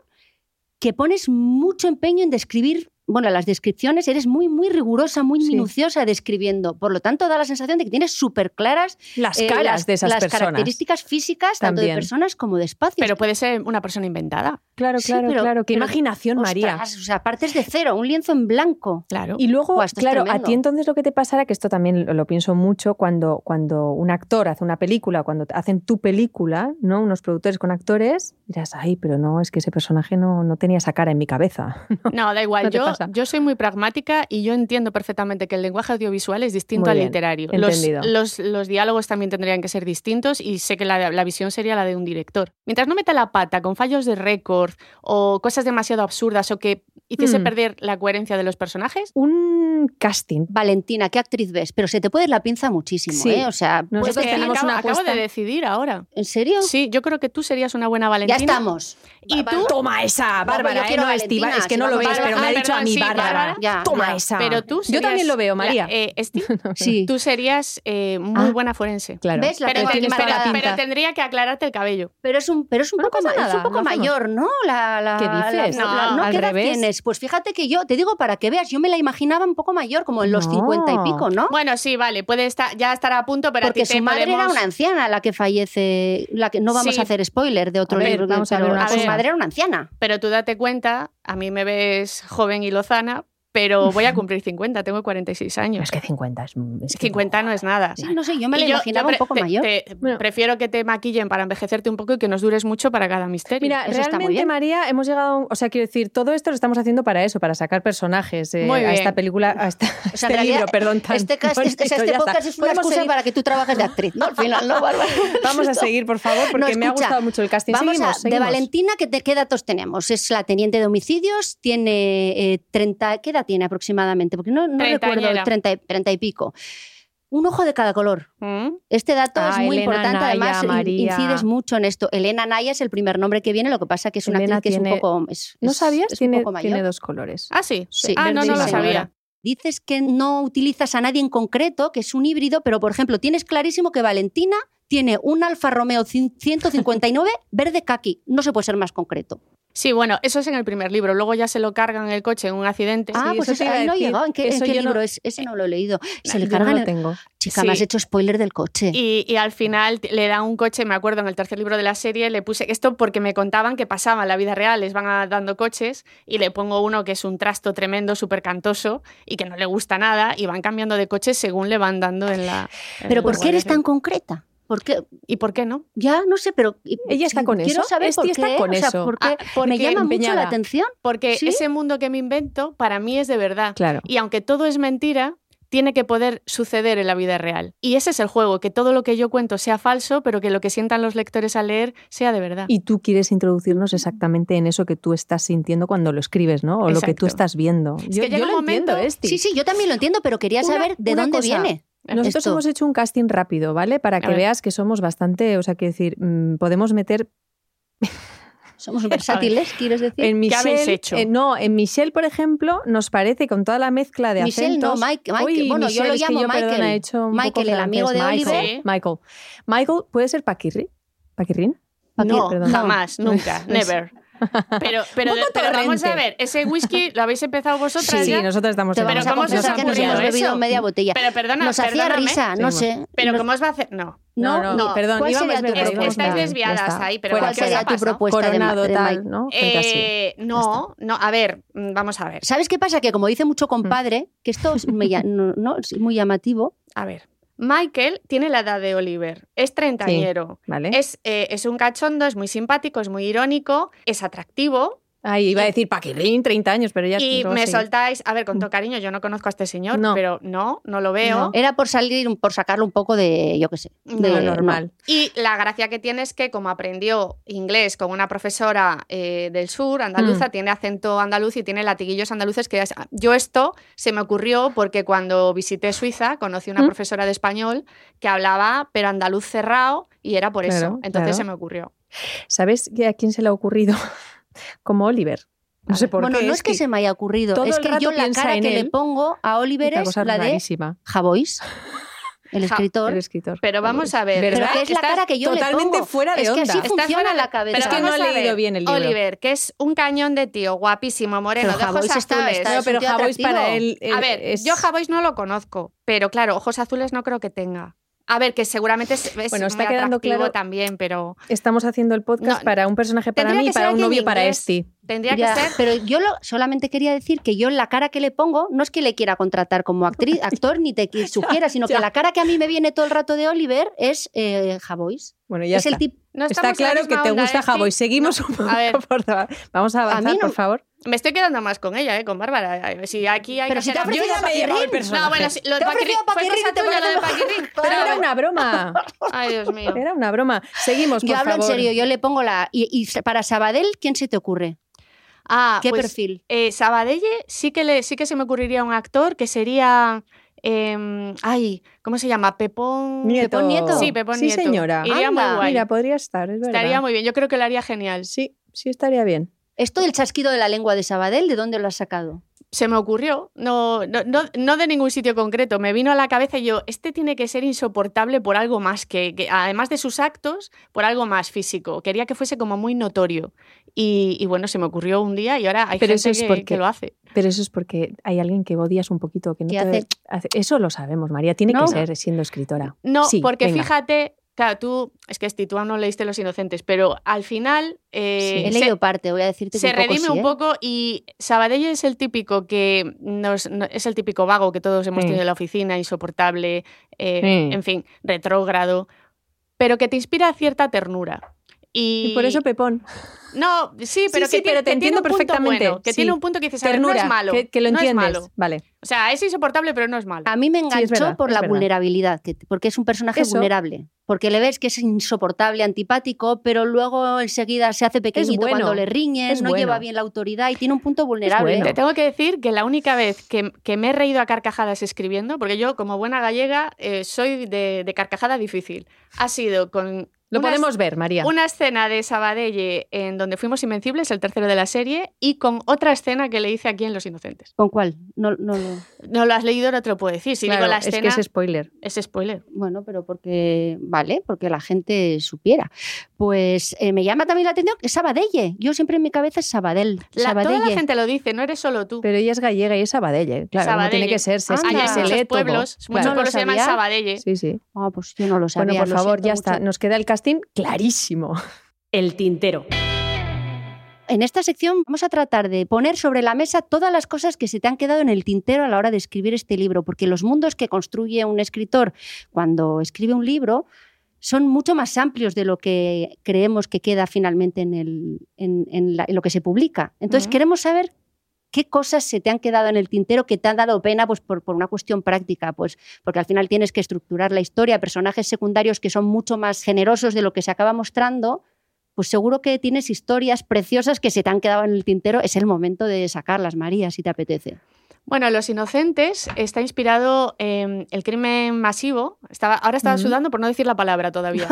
Speaker 2: que pones mucho empeño en describir bueno, las descripciones, eres muy, muy rigurosa, muy
Speaker 3: Sí.
Speaker 2: minuciosa describiendo. Por lo tanto, da la sensación de que tienes súper claras
Speaker 3: Las
Speaker 2: eh,
Speaker 3: caras
Speaker 2: las-
Speaker 3: de esas
Speaker 2: las
Speaker 3: personas.
Speaker 2: características físicas, tanto de
Speaker 3: También.
Speaker 2: personas como de espacios.
Speaker 4: Pero puede ser una persona inventada.
Speaker 3: Claro,
Speaker 2: Sí,
Speaker 3: claro,
Speaker 2: pero-
Speaker 3: claro. Qué
Speaker 2: pero-
Speaker 3: imaginación,
Speaker 2: Ostras,
Speaker 3: María.
Speaker 2: O sea, partes de cero, un lienzo en blanco.
Speaker 4: Claro.
Speaker 3: Y luego,
Speaker 2: Buah, esto es
Speaker 3: claro, a
Speaker 2: tremendo.
Speaker 3: ti entonces lo que te pasará, que esto también lo, lo pienso mucho, cuando, cuando un actor hace una película, cuando te- hacen tu película, ¿no? Unos productores con actores, dirás, ay, pero no, es que ese personaje no, no tenía esa cara en mi cabeza.
Speaker 4: No, da igual.
Speaker 3: No te
Speaker 4: yo,
Speaker 3: pasa.
Speaker 4: yo soy muy pragmática y yo entiendo perfectamente que el lenguaje audiovisual es distinto
Speaker 3: Muy
Speaker 4: al
Speaker 3: bien,
Speaker 4: literario. Los,
Speaker 3: entendido.
Speaker 4: los, los diálogos también tendrían que ser distintos y sé que la, la visión sería la de un director. Mientras no meta la pata con fallos de récord o cosas demasiado absurdas o que hiciese
Speaker 3: Mm.
Speaker 4: perder la coherencia de los personajes,
Speaker 3: Un casting.
Speaker 2: Valentina, ¿qué actriz ves? Pero se te puede ir la pinza muchísimo,
Speaker 3: Sí.
Speaker 2: ¿eh? O sea,
Speaker 3: No sé.
Speaker 4: pues
Speaker 3: Nosotros
Speaker 4: que
Speaker 3: tenemos
Speaker 4: acabo,
Speaker 3: una
Speaker 4: acabo de
Speaker 3: apuesta.
Speaker 4: decidir ahora.
Speaker 2: ¿en serio?
Speaker 4: Sí, yo creo que tú serías una buena Valentina.
Speaker 2: ya estamos.
Speaker 4: ¿Y
Speaker 2: Va-
Speaker 4: tú?
Speaker 3: Toma esa,
Speaker 2: Vamos, yo
Speaker 3: Bárbara, eh,
Speaker 2: quiero
Speaker 3: no,
Speaker 2: a
Speaker 3: Estiva-
Speaker 2: Valentina,
Speaker 3: es que
Speaker 2: si
Speaker 3: no lo
Speaker 2: vamos,
Speaker 3: veis, pero me ha
Speaker 4: Bárbara,
Speaker 3: dicho a
Speaker 4: perdón,
Speaker 3: mí,
Speaker 4: sí,
Speaker 3: Bárbara.
Speaker 4: Bárbara.
Speaker 2: Ya,
Speaker 3: Toma
Speaker 2: ya.
Speaker 3: esa.
Speaker 4: Pero tú
Speaker 3: Yo también
Speaker 4: serías-
Speaker 3: lo veo,
Speaker 4: la-
Speaker 3: María.
Speaker 4: eh, Esti,
Speaker 2: <laughs> Sí.
Speaker 4: tú serías eh, muy
Speaker 3: Ah.
Speaker 4: buena forense.
Speaker 3: Claro.
Speaker 2: ¿Ves? La
Speaker 4: Pero,
Speaker 2: tengo
Speaker 4: te-
Speaker 2: aquí
Speaker 3: tienes toda la
Speaker 4: pero-
Speaker 2: marcada.
Speaker 4: pero tendría que aclararte el cabello.
Speaker 2: Pero es un, pero es un
Speaker 3: No
Speaker 2: poco,
Speaker 3: pasa
Speaker 2: ma- es
Speaker 3: nada,
Speaker 2: un poco
Speaker 3: lo hacemos.
Speaker 2: mayor, ¿no? La, la-
Speaker 3: ¿Qué
Speaker 2: la-
Speaker 3: dices?
Speaker 2: la- la-
Speaker 4: No,
Speaker 2: ¿no?
Speaker 3: al
Speaker 2: ¿Qué edad
Speaker 3: revés.
Speaker 2: tienes? Pues fíjate que yo, te digo para que veas, yo me la imaginaba un poco mayor, como en los
Speaker 3: No.
Speaker 2: 50 y pico, ¿no?
Speaker 4: Bueno, sí, vale, puede estar, ya estará a punto, pero a
Speaker 2: Porque
Speaker 4: ti te
Speaker 2: su madre era
Speaker 4: podemos-
Speaker 2: una anciana la que fallece, la que no vamos
Speaker 4: Sí.
Speaker 2: a hacer spoiler de otro
Speaker 3: A ver,
Speaker 2: libro, que-
Speaker 3: vamos a ver
Speaker 2: pero
Speaker 3: una
Speaker 2: su
Speaker 4: cosa.
Speaker 2: madre era una anciana.
Speaker 4: Pero tú date cuenta, a mí me ves joven y lozana, pero
Speaker 2: <laughs>
Speaker 4: voy a cumplir 50, tengo 46 años.
Speaker 3: Es que 50 es... es que-
Speaker 4: 50 no es nada.
Speaker 2: Sí, Pues no sé, yo me la
Speaker 4: Y yo-
Speaker 2: imaginaba
Speaker 4: yo pre-
Speaker 2: un poco
Speaker 4: te-
Speaker 2: mayor.
Speaker 4: te-
Speaker 3: Bueno.
Speaker 4: Prefiero que te maquillen para envejecerte un poco y que nos dures mucho para cada misterio.
Speaker 3: Mira,
Speaker 2: Eso está muy
Speaker 3: realmente,
Speaker 2: bien.
Speaker 3: María, hemos llegado a un- O sea, quiero decir, todo esto lo estamos haciendo para eso, para sacar personajes eh,
Speaker 4: Muy
Speaker 3: a
Speaker 4: bien.
Speaker 3: esta película, a, esta- a
Speaker 2: O sea,
Speaker 3: este
Speaker 2: en realidad,
Speaker 3: libro, perdón. tan <laughs>
Speaker 2: Este, cast- este, o sea,
Speaker 3: bonito,
Speaker 2: este
Speaker 3: ya está.
Speaker 2: podcast es una
Speaker 3: Podemos
Speaker 2: excusa
Speaker 3: seguir-
Speaker 2: para que tú trabajes de actriz, ¿no? Al final,
Speaker 3: <laughs>
Speaker 2: ¿no, Bárbara?
Speaker 3: Vamos a seguir, por favor, porque me ha
Speaker 2: escucha,
Speaker 3: gustado mucho el casting.
Speaker 2: Vamos
Speaker 3: Seguimos,
Speaker 2: a, de
Speaker 3: seguimos.
Speaker 2: Valentina, ¿qué, te- qué datos tenemos? Es la teniente de homicidios, tiene eh, 30, ¿qué edad tiene aproximadamente? Porque no, no recuerdo,
Speaker 4: Treintañera.
Speaker 2: 30, y- 30 y pico. Un ojo de cada color.
Speaker 4: ¿Mm?
Speaker 2: Este dato
Speaker 3: Ah,
Speaker 2: es muy
Speaker 3: Elena
Speaker 2: importante,
Speaker 3: Anaya,
Speaker 2: además in-
Speaker 3: María.
Speaker 2: incides mucho en esto. Elena Naya es el primer nombre que viene, lo que pasa que es una
Speaker 3: Elena
Speaker 2: actriz que es
Speaker 3: tiene-
Speaker 2: un poco... es-
Speaker 3: ¿No
Speaker 2: es-
Speaker 3: sabías?
Speaker 2: es un
Speaker 3: tiene,
Speaker 2: poco mayor.
Speaker 3: tiene dos colores.
Speaker 4: Ah, sí.
Speaker 2: Sí,
Speaker 4: ah,
Speaker 3: verde
Speaker 4: no, no
Speaker 3: y
Speaker 4: lo
Speaker 3: blanco.
Speaker 4: sabía.
Speaker 2: Dices que no utilizas a nadie en concreto, que es un híbrido, pero por ejemplo, tienes clarísimo que Valentina tiene un Alfa Romeo cin-
Speaker 3: <laughs>
Speaker 2: 159 verde kaki. No se puede ser más concreto.
Speaker 4: Sí, bueno, eso es en el primer libro. Luego ya se lo cargan en el coche en un accidente.
Speaker 2: ah,
Speaker 3: eso
Speaker 2: pues
Speaker 3: te
Speaker 2: eso,
Speaker 3: iba a
Speaker 2: ahí no he
Speaker 3: decir.
Speaker 2: llegado. ¿En qué, en
Speaker 3: Eso
Speaker 2: qué
Speaker 3: yo no-
Speaker 2: libro es? Ese no lo he leído. Se
Speaker 3: Yo
Speaker 2: le
Speaker 3: no
Speaker 2: cargan.
Speaker 3: lo
Speaker 2: el-
Speaker 3: tengo.
Speaker 2: Chica, me has
Speaker 4: Sí.
Speaker 2: hecho spoiler del coche.
Speaker 4: Y, y al final t- le da un coche, me acuerdo en el tercer libro de la serie, le puse esto porque me contaban que pasaba en la vida real, les van a- dando coches y le pongo uno que es un trasto tremendo, súper cantoso y que no le gusta nada y van cambiando de coche según le van dando en la... en
Speaker 2: pero
Speaker 4: la
Speaker 2: ¿por qué eres tan
Speaker 4: guardería.
Speaker 2: concreta? Porque
Speaker 4: ¿Y por qué no?
Speaker 2: ya no sé, pero y-
Speaker 3: Ella está con
Speaker 2: quiero
Speaker 3: eso,
Speaker 2: saber
Speaker 3: Esti
Speaker 2: por qué,
Speaker 3: está con
Speaker 2: o sea,
Speaker 3: eso.
Speaker 2: porque
Speaker 4: Ah, porque,
Speaker 2: me llama mucho
Speaker 3: empeñada.
Speaker 2: la atención.
Speaker 4: porque
Speaker 2: ¿Sí?
Speaker 4: ese mundo que me invento para mí es de verdad.
Speaker 3: Claro.
Speaker 4: Y aunque todo es mentira, tiene que poder suceder en la vida real. Y ese es el juego, que todo lo que yo cuento sea falso, pero que lo que sientan los lectores al leer sea de verdad.
Speaker 3: Y tú quieres introducirnos exactamente en eso que tú estás sintiendo cuando lo escribes, ¿no? O lo que tú
Speaker 4: Exacto.
Speaker 3: estás viendo. yo
Speaker 4: que llega
Speaker 3: yo
Speaker 4: un
Speaker 3: lo entiendo,
Speaker 4: momento-
Speaker 3: Esti.
Speaker 2: Sí, sí, yo también lo entiendo, pero quería
Speaker 3: Una-
Speaker 2: saber de
Speaker 3: una
Speaker 2: dónde
Speaker 3: cosa.
Speaker 2: viene.
Speaker 3: Nosotros
Speaker 2: Esto.
Speaker 3: hemos hecho un casting rápido, ¿vale? Para
Speaker 4: A
Speaker 3: que
Speaker 4: ver.
Speaker 3: veas que somos bastante, o sea, que decir, mm, podemos meter <laughs>
Speaker 2: Somos versátiles, ¿quieres decir?
Speaker 3: en
Speaker 4: ¿Qué
Speaker 3: Michelle.
Speaker 4: habéis hecho?
Speaker 3: eh, no, en Michelle, por ejemplo, nos parece con toda la mezcla de
Speaker 2: Michelle, no,
Speaker 3: acentos.
Speaker 2: Mike, Mike,
Speaker 3: Uy,
Speaker 2: bueno,
Speaker 3: Michelle,
Speaker 2: yo lo
Speaker 3: es que
Speaker 2: llamo
Speaker 3: yo,
Speaker 2: Michael.
Speaker 3: perdona, he hecho un poco
Speaker 2: Michael, el amigo de
Speaker 3: francés. Michael,
Speaker 4: Oliver.
Speaker 3: Michael. Michael, puede ser Paquirri. Paquirrin.
Speaker 4: No,
Speaker 3: perdón.
Speaker 4: jamás, nunca, never. Pero, pero,
Speaker 3: Poco
Speaker 4: pero vamos a
Speaker 3: torrente.
Speaker 4: ver, ese whisky lo habéis empezado
Speaker 3: Sí,
Speaker 4: vosotras
Speaker 3: sí,
Speaker 4: ya.
Speaker 3: nosotros estamos
Speaker 2: Te
Speaker 3: en-
Speaker 4: Pero
Speaker 2: vamos a
Speaker 4: ¿cómo se os
Speaker 2: confesar
Speaker 4: ha
Speaker 2: que nos
Speaker 4: ocurrido
Speaker 2: hemos
Speaker 3: ¿eh?
Speaker 2: bebido
Speaker 4: eso?
Speaker 2: media botella.
Speaker 4: Pero perdona,
Speaker 2: nos hacía
Speaker 4: perdóname,
Speaker 2: risa, no
Speaker 3: Seguimos.
Speaker 2: sé.
Speaker 4: Pero
Speaker 2: Nos-
Speaker 4: cómo os va a hacer. No.
Speaker 2: No,
Speaker 3: no,
Speaker 4: no.
Speaker 3: perdón,
Speaker 2: ¿Cuál
Speaker 3: íbamos
Speaker 2: sería tu
Speaker 3: bien, pero
Speaker 4: Es-
Speaker 3: íbamos
Speaker 4: estáis
Speaker 3: mal.
Speaker 4: desviadas
Speaker 3: Ya está.
Speaker 4: ahí, pero
Speaker 3: Fuera,
Speaker 2: ¿Cuál
Speaker 4: ¿qué os
Speaker 3: fuera.
Speaker 4: ha
Speaker 2: sería tu
Speaker 4: pasado?
Speaker 2: propuesta de
Speaker 3: Coronado
Speaker 2: Ma- de
Speaker 3: tal,
Speaker 2: Mike?
Speaker 3: ¿no? Gente así.
Speaker 4: Eh, no, no, a ver, mm, vamos a ver.
Speaker 2: ¿Sabes qué pasa? Que como dice mucho compadre, que esto es, me lla- no- no, es muy llamativo.
Speaker 4: A ver. Michael tiene la edad de Oliver, es treintañero,
Speaker 3: ¿Vale?
Speaker 4: es, eh, es un cachondo, es muy simpático, es muy irónico, es atractivo
Speaker 3: Ahí Ah, iba a decir Paquirrin, 30 años, pero ya
Speaker 4: y
Speaker 3: luego
Speaker 4: me
Speaker 3: seguí.
Speaker 4: soltáis, a ver, con todo cariño, yo no conozco a este señor,
Speaker 3: No.
Speaker 4: pero no, no lo veo.
Speaker 3: No.
Speaker 2: Era por salir, por sacarlo un poco de, yo qué sé.
Speaker 4: No,
Speaker 2: De,
Speaker 3: Lo normal.
Speaker 4: Y la gracia que tiene es que como aprendió inglés con una profesora eh, del sur,
Speaker 3: Mm.
Speaker 4: andaluza, tiene acento andaluz y tiene latiguillos andaluces que es- yo esto se me ocurrió porque cuando visité Suiza conocí una
Speaker 2: ¿Mm?
Speaker 4: profesora de español que hablaba pero andaluz cerrado y era por eso.
Speaker 3: Claro,
Speaker 4: Entonces
Speaker 3: claro.
Speaker 4: se me ocurrió.
Speaker 3: ¿Sabes que a quién se le ha ocurrido? <laughs> Como Oliver. No sé por
Speaker 2: bueno,
Speaker 3: qué.
Speaker 2: no es que, se me haya ocurrido,
Speaker 3: todo
Speaker 2: es
Speaker 3: el
Speaker 2: que
Speaker 3: rato
Speaker 2: yo la
Speaker 3: piensa
Speaker 2: cara
Speaker 3: en
Speaker 2: que le
Speaker 3: él.
Speaker 2: pongo a Oliver
Speaker 3: una
Speaker 2: es
Speaker 3: cosa
Speaker 2: la de
Speaker 3: rarísima.
Speaker 2: Javois. el
Speaker 4: Ja,
Speaker 2: escritor.
Speaker 3: El escritor.
Speaker 4: Pero vamos a ver.
Speaker 2: Pero
Speaker 3: ¿verdad?
Speaker 2: que es la
Speaker 4: Estás
Speaker 2: cara que yo le pongo.
Speaker 3: totalmente fuera de
Speaker 2: es que
Speaker 3: onda.
Speaker 2: así
Speaker 3: Estás
Speaker 2: funciona
Speaker 4: fuera-
Speaker 2: la cabeza.
Speaker 3: Pero es que no
Speaker 4: vamos
Speaker 3: he
Speaker 4: a
Speaker 3: leído
Speaker 4: ver,
Speaker 3: bien el libro.
Speaker 4: Oliver, que es un cañón de tío, guapísimo, moreno,
Speaker 2: Pero
Speaker 4: de ojos
Speaker 2: Javois está-
Speaker 4: azules.
Speaker 2: está-
Speaker 3: No,
Speaker 2: es
Speaker 3: pero
Speaker 2: un tío
Speaker 3: Javois para
Speaker 2: atractivo.
Speaker 3: él. él
Speaker 4: a ver,
Speaker 3: Eh, es-
Speaker 4: yo Javois no lo conozco, pero claro, ojos azules no creo que tenga. A ver, que seguramente es, es
Speaker 3: Bueno, está
Speaker 4: muy
Speaker 3: quedando
Speaker 4: atractivo
Speaker 3: claro-
Speaker 4: también, pero
Speaker 3: Estamos haciendo el podcast
Speaker 4: No,
Speaker 3: para un personaje para
Speaker 4: tendría
Speaker 3: mí,
Speaker 4: que ser
Speaker 3: para un
Speaker 4: alguien
Speaker 3: novio, para este.
Speaker 4: inglés.
Speaker 3: Esti.
Speaker 4: tendría
Speaker 2: Ya,
Speaker 4: que ser.
Speaker 2: Pero yo lo- solamente quería decir que yo la cara que le pongo no es que le quiera contratar como
Speaker 4: <laughs>
Speaker 2: actriz, actor, ni te que sugiera, sino
Speaker 3: ya.
Speaker 2: que la cara que a mí me viene todo el rato de Oliver es eh, Javois.
Speaker 3: Bueno, ya
Speaker 2: Es el
Speaker 3: está.
Speaker 2: tipo.
Speaker 4: No
Speaker 3: Está
Speaker 4: estamos en la
Speaker 3: claro que
Speaker 4: misma
Speaker 3: te
Speaker 4: onda,
Speaker 3: gusta
Speaker 4: ¿eh? Sí.
Speaker 3: Javois. Seguimos un poco,
Speaker 4: a ver.
Speaker 3: <laughs> por favor. Vamos a avanzar,
Speaker 2: mí no-
Speaker 3: por favor.
Speaker 4: Me estoy quedando más con ella, ¿eh? con Bárbara. Si aquí hay
Speaker 2: Pero
Speaker 4: que
Speaker 2: si te ha
Speaker 4: hacer-
Speaker 2: ofrecido
Speaker 3: Yo ya me he llevado el
Speaker 2: Paquirrín.
Speaker 3: personaje.
Speaker 4: No, bueno, si, lo de
Speaker 2: Te ha
Speaker 4: Paquirrín
Speaker 2: ofrecido
Speaker 4: fue
Speaker 2: Paquirrín
Speaker 4: cosa
Speaker 2: y te
Speaker 4: tuya, lo de
Speaker 2: parece mejor.
Speaker 4: Paquirrín.
Speaker 2: Claro.
Speaker 3: <laughs> Pero
Speaker 4: Pero
Speaker 3: era
Speaker 4: bueno,
Speaker 3: una
Speaker 4: <laughs>
Speaker 3: broma.
Speaker 4: Ay, Dios mío.
Speaker 3: Era una broma. Seguimos,
Speaker 2: Yo
Speaker 3: por
Speaker 2: hablo en
Speaker 3: favor.
Speaker 2: serio, yo le pongo la. Y, y para Sabadell, ¿quién se te ocurre?
Speaker 4: Ah,
Speaker 2: ¿Qué
Speaker 4: pues,
Speaker 2: perfil?
Speaker 4: eh, Sabadelle sí que, le, sí que se me ocurriría un actor que sería... em, ay, ¿cómo se llama? Pepón...
Speaker 3: Mm, Nieto.
Speaker 2: Pepón Nieto.
Speaker 4: Sí, Pepón
Speaker 3: Sí,
Speaker 4: Nieto.
Speaker 3: señora.
Speaker 4: Iría muy
Speaker 2: Anda.
Speaker 4: guay.
Speaker 3: Mira, podría estar, es verdad.
Speaker 4: Estaría muy bien. Yo creo que lo haría genial.
Speaker 3: Sí, sí estaría bien.
Speaker 2: Esto del chasquido de la lengua de Sabadell, ¿de dónde lo has sacado?
Speaker 4: Se me ocurrió. No, no, no, no de ningún sitio concreto. Me vino a la cabeza y yo, este tiene que ser insoportable por algo más que, que- además de sus actos, por algo más físico. Quería que fuese como muy notorio. Y, y bueno, se me ocurrió un día y ahora hay
Speaker 3: Pero
Speaker 4: gente
Speaker 3: eso es
Speaker 4: que-
Speaker 3: porque-
Speaker 4: que lo hace.
Speaker 3: Pero eso es porque hay alguien que odias un poquito, que no
Speaker 2: ¿Qué
Speaker 3: te
Speaker 2: hace?
Speaker 3: hace- Eso lo sabemos, María. Tiene
Speaker 2: No.
Speaker 3: que ser siendo escritora.
Speaker 4: No,
Speaker 3: Sí,
Speaker 4: porque
Speaker 3: venga.
Speaker 4: fíjate, claro, tú, es que Esti, tú aún no leíste Los Inocentes, pero al final eh,
Speaker 2: He
Speaker 4: se-
Speaker 2: leído parte, voy a decirte
Speaker 4: se,
Speaker 2: que un poco
Speaker 4: redime
Speaker 2: sí,
Speaker 4: un
Speaker 2: ¿eh?
Speaker 4: poco y Sabadell es el típico que nos, no- es el típico vago que todos hemos
Speaker 3: Sí.
Speaker 4: tenido en la oficina, insoportable, eh,
Speaker 3: Sí.
Speaker 4: en fin, retrógrado, pero que te inspira cierta ternura. Y,
Speaker 3: Y por eso Pepón.
Speaker 4: No, sí, pero,
Speaker 3: sí,
Speaker 4: que, ti-
Speaker 3: pero te
Speaker 4: que tiene
Speaker 3: entiendo
Speaker 4: un punto
Speaker 3: perfectamente,
Speaker 4: bueno, que
Speaker 3: sí.
Speaker 4: tiene un punto que dices, a ver,
Speaker 3: Ternura,
Speaker 4: no es malo.
Speaker 3: que, que lo
Speaker 4: no es
Speaker 3: entiendes.
Speaker 4: malo.
Speaker 3: Vale.
Speaker 4: O sea, es insoportable, pero no es malo.
Speaker 2: A mí me
Speaker 3: Sí, es
Speaker 2: enganchó
Speaker 3: verdad,
Speaker 2: por
Speaker 3: es
Speaker 2: la
Speaker 3: verdad.
Speaker 2: vulnerabilidad, que, porque es un personaje
Speaker 3: Eso.
Speaker 2: vulnerable. Porque le ves que es insoportable, antipático, pero luego enseguida se hace pequeñito
Speaker 3: bueno,
Speaker 2: cuando le riñes,
Speaker 3: es
Speaker 2: no lleva
Speaker 3: bueno.
Speaker 2: bien la autoridad y tiene un punto vulnerable.
Speaker 3: bueno.
Speaker 4: Te tengo que decir que la única vez que, que me he reído a carcajadas escribiendo, porque yo como buena gallega eh, soy de, de carcajada difícil, ha sido con
Speaker 3: Lo
Speaker 4: una,
Speaker 3: podemos ver, María.
Speaker 4: una escena de Sabadelle en donde fuimos Invencibles, el tercero de la serie, y con otra escena que le hice aquí en Los Inocentes.
Speaker 2: ¿Con cuál? No, no lo-
Speaker 4: No lo has leído, no te lo puedo decir. Si
Speaker 3: Claro,
Speaker 4: digo la
Speaker 3: es
Speaker 4: escena,
Speaker 3: que es
Speaker 4: es...
Speaker 3: spoiler.
Speaker 4: spoiler.
Speaker 2: Bueno, pero porque, vale, porque la gente supiera. Pues eh, me llama también la atención que es Sabadelle. Yo siempre en mi cabeza es Sabadell.
Speaker 4: La- toda la
Speaker 2: Sabadelle.
Speaker 4: gente lo dice, no eres solo tú.
Speaker 3: Pero ella es gallega y es Sabadelle. Claro, como
Speaker 4: Sabadell.
Speaker 3: tiene que ser. Se
Speaker 2: Ah,
Speaker 3: escribe,
Speaker 4: Hay
Speaker 2: anda.
Speaker 3: se lee
Speaker 4: muchos
Speaker 3: todo.
Speaker 4: pueblos, muchos
Speaker 3: Claro.
Speaker 2: No lo
Speaker 4: pueblos se llaman
Speaker 2: sabía.
Speaker 4: Sabadelle.
Speaker 3: Sí, sí.
Speaker 2: Ah, pues yo no lo sabía.
Speaker 3: bueno, por
Speaker 2: lo
Speaker 3: favor,
Speaker 2: siento
Speaker 3: ya
Speaker 2: mucho.
Speaker 3: está. Nos queda el casting clarísimo. <laughs>
Speaker 1: El tintero.
Speaker 2: En esta sección vamos a tratar de poner sobre la mesa todas las cosas que se te han quedado en el tintero a la hora de escribir este libro, porque los mundos que construye un escritor cuando escribe un libro son mucho más amplios de lo que creemos que queda finalmente en, el- en- en la- en lo que se publica. Entonces
Speaker 4: Ujú.
Speaker 2: queremos saber qué cosas se te han quedado en el tintero que te han dado pena pues, por, por una cuestión práctica, pues, porque al final tienes que estructurar la historia, personajes secundarios que son mucho más generosos de lo que se acaba mostrando pues seguro que tienes historias preciosas que se te han quedado en el tintero. Es el momento de sacarlas, María, si te apetece.
Speaker 4: Bueno, Los Inocentes está inspirado en el crimen masivo. Estaba, ahora estaba
Speaker 3: Ujú.
Speaker 4: sudando por no decir la palabra todavía.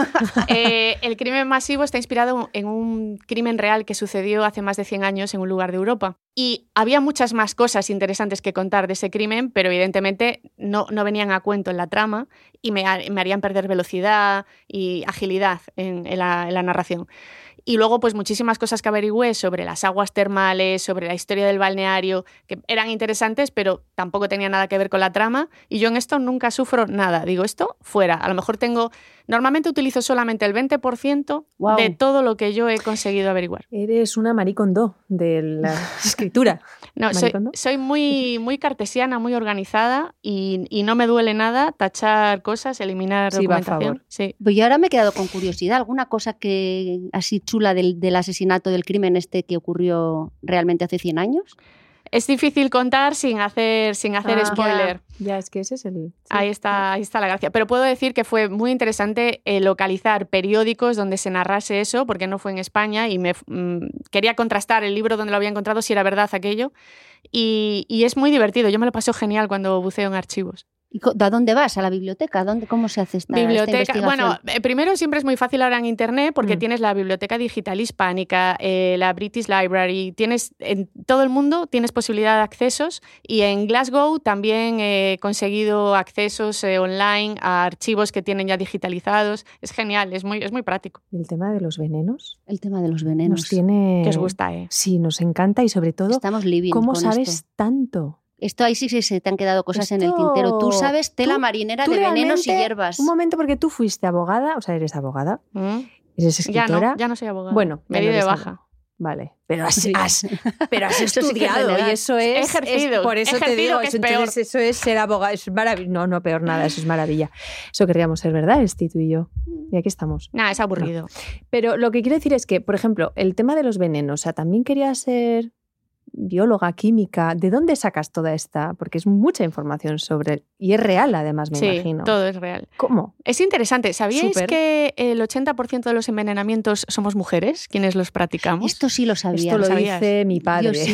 Speaker 4: Eh, el crimen masivo está inspirado en un crimen real que sucedió hace más de 100 años en un lugar de Europa. Y había muchas más cosas interesantes que contar de ese crimen, pero evidentemente no, no venían a cuento en la trama y me, ha- me harían perder velocidad y agilidad en- en la- en la narración. Y luego, pues muchísimas cosas que averigüé sobre las aguas termales, sobre la historia del balneario, que eran interesantes, pero tampoco tenía nada que ver con la trama. Y yo en esto nunca sufro nada. Digo, esto fuera. A lo mejor tengo. Normalmente utilizo solamente el 20%
Speaker 2: Guau.
Speaker 4: de todo lo que yo he conseguido averiguar.
Speaker 3: Eres una maricondo de
Speaker 4: <laughs>
Speaker 3: la escritura.
Speaker 4: No, soy,
Speaker 3: ¿Maricondo?
Speaker 4: soy muy, muy cartesiana, muy organizada y, y no me duele nada tachar cosas, eliminar
Speaker 3: Sí, va a
Speaker 4: documentación.
Speaker 3: favor.
Speaker 4: Sí.
Speaker 2: Pues yo ahora me he quedado con curiosidad. ¿Alguna cosa que así chula del, del asesinato, del crimen este que ocurrió realmente hace 100 años?
Speaker 4: Es difícil contar sin hacer, sin hacer
Speaker 3: Ah,
Speaker 4: spoiler.
Speaker 3: Ya, es que ese es el. sí.
Speaker 4: Ahí está, ahí está la gracia. Pero puedo decir que fue muy interesante eh, localizar periódicos donde se narrase eso, porque no fue en España y me f- mm, quería contrastar el libro donde lo había encontrado si era verdad aquello. Y, y es muy divertido. Yo me lo paso genial cuando buceo en archivos.
Speaker 2: ¿Y co- ¿A dónde vas? ¿A la biblioteca? ¿A dónde, ¿Cómo se hace esta, esta
Speaker 4: Biblioteca.
Speaker 2: investigación?
Speaker 4: Bueno, eh, primero siempre es muy fácil ahora en internet porque
Speaker 2: Mm.
Speaker 4: tienes la Biblioteca Digital Hispánica, eh, la British Library, tienes en todo el mundo tienes posibilidad de accesos y en Glasgow también he conseguido accesos eh, online a archivos que tienen ya digitalizados. Es genial, es muy, es muy práctico.
Speaker 3: Y el tema de los venenos
Speaker 2: el tema de los
Speaker 3: nos
Speaker 2: venenos.
Speaker 3: tiene...
Speaker 4: Que os gusta, ¿eh?
Speaker 3: Sí, nos encanta y sobre todo,
Speaker 2: Estamos living
Speaker 3: ¿cómo
Speaker 2: con
Speaker 3: sabes
Speaker 2: Esto.
Speaker 3: tanto?
Speaker 2: Esto ahí sí que se te han quedado cosas en el
Speaker 3: Esto-
Speaker 2: tintero. Tú sabes tela
Speaker 3: tú-
Speaker 2: marinera
Speaker 3: tú
Speaker 2: de venenos y
Speaker 3: realmente-
Speaker 2: hierbas.
Speaker 3: Un momento, porque tú fuiste abogada, o sea, eres abogada,
Speaker 4: Mm.
Speaker 3: eres
Speaker 4: Ya
Speaker 3: escritora.
Speaker 4: no, ya no soy abogada.
Speaker 3: Bueno, ya
Speaker 4: me di
Speaker 3: no
Speaker 4: de
Speaker 3: eres
Speaker 4: baja.
Speaker 3: abogada. Vale, pero has,
Speaker 2: Sí.
Speaker 3: has- pero
Speaker 2: <laughs>
Speaker 3: has
Speaker 2: Eso sí que es
Speaker 3: estudiado
Speaker 2: verdad.
Speaker 3: y eso es... es-
Speaker 4: Ejercido,
Speaker 3: por eso te
Speaker 4: ejercido,
Speaker 3: digo,
Speaker 4: que es
Speaker 3: eso, entonces eso es ser abogada, es maravilloso. No, no, peor nada, eso es maravilla. Eso querríamos ser, ¿verdad, Esti, tú y yo?
Speaker 4: Mm.
Speaker 3: Y aquí estamos.
Speaker 4: Nah, es aburrido.
Speaker 3: Pero lo que quiero decir es que, por ejemplo, el tema de los venenos, o sea, también quería ser bióloga, química, ¿de dónde sacas toda esta? Porque es mucha información sobre, y es real además, me
Speaker 4: sí,
Speaker 3: imagino.
Speaker 4: todo es real.
Speaker 3: ¿Cómo?
Speaker 4: Es interesante. ¿Sabíais
Speaker 3: Súper.
Speaker 4: que el 80% de los envenenamientos somos mujeres quienes los practicamos?
Speaker 2: Esto sí lo sabía.
Speaker 3: Esto lo
Speaker 4: sabías.
Speaker 3: dice mi
Speaker 2: Yo
Speaker 3: padre. <laughs>
Speaker 2: sí.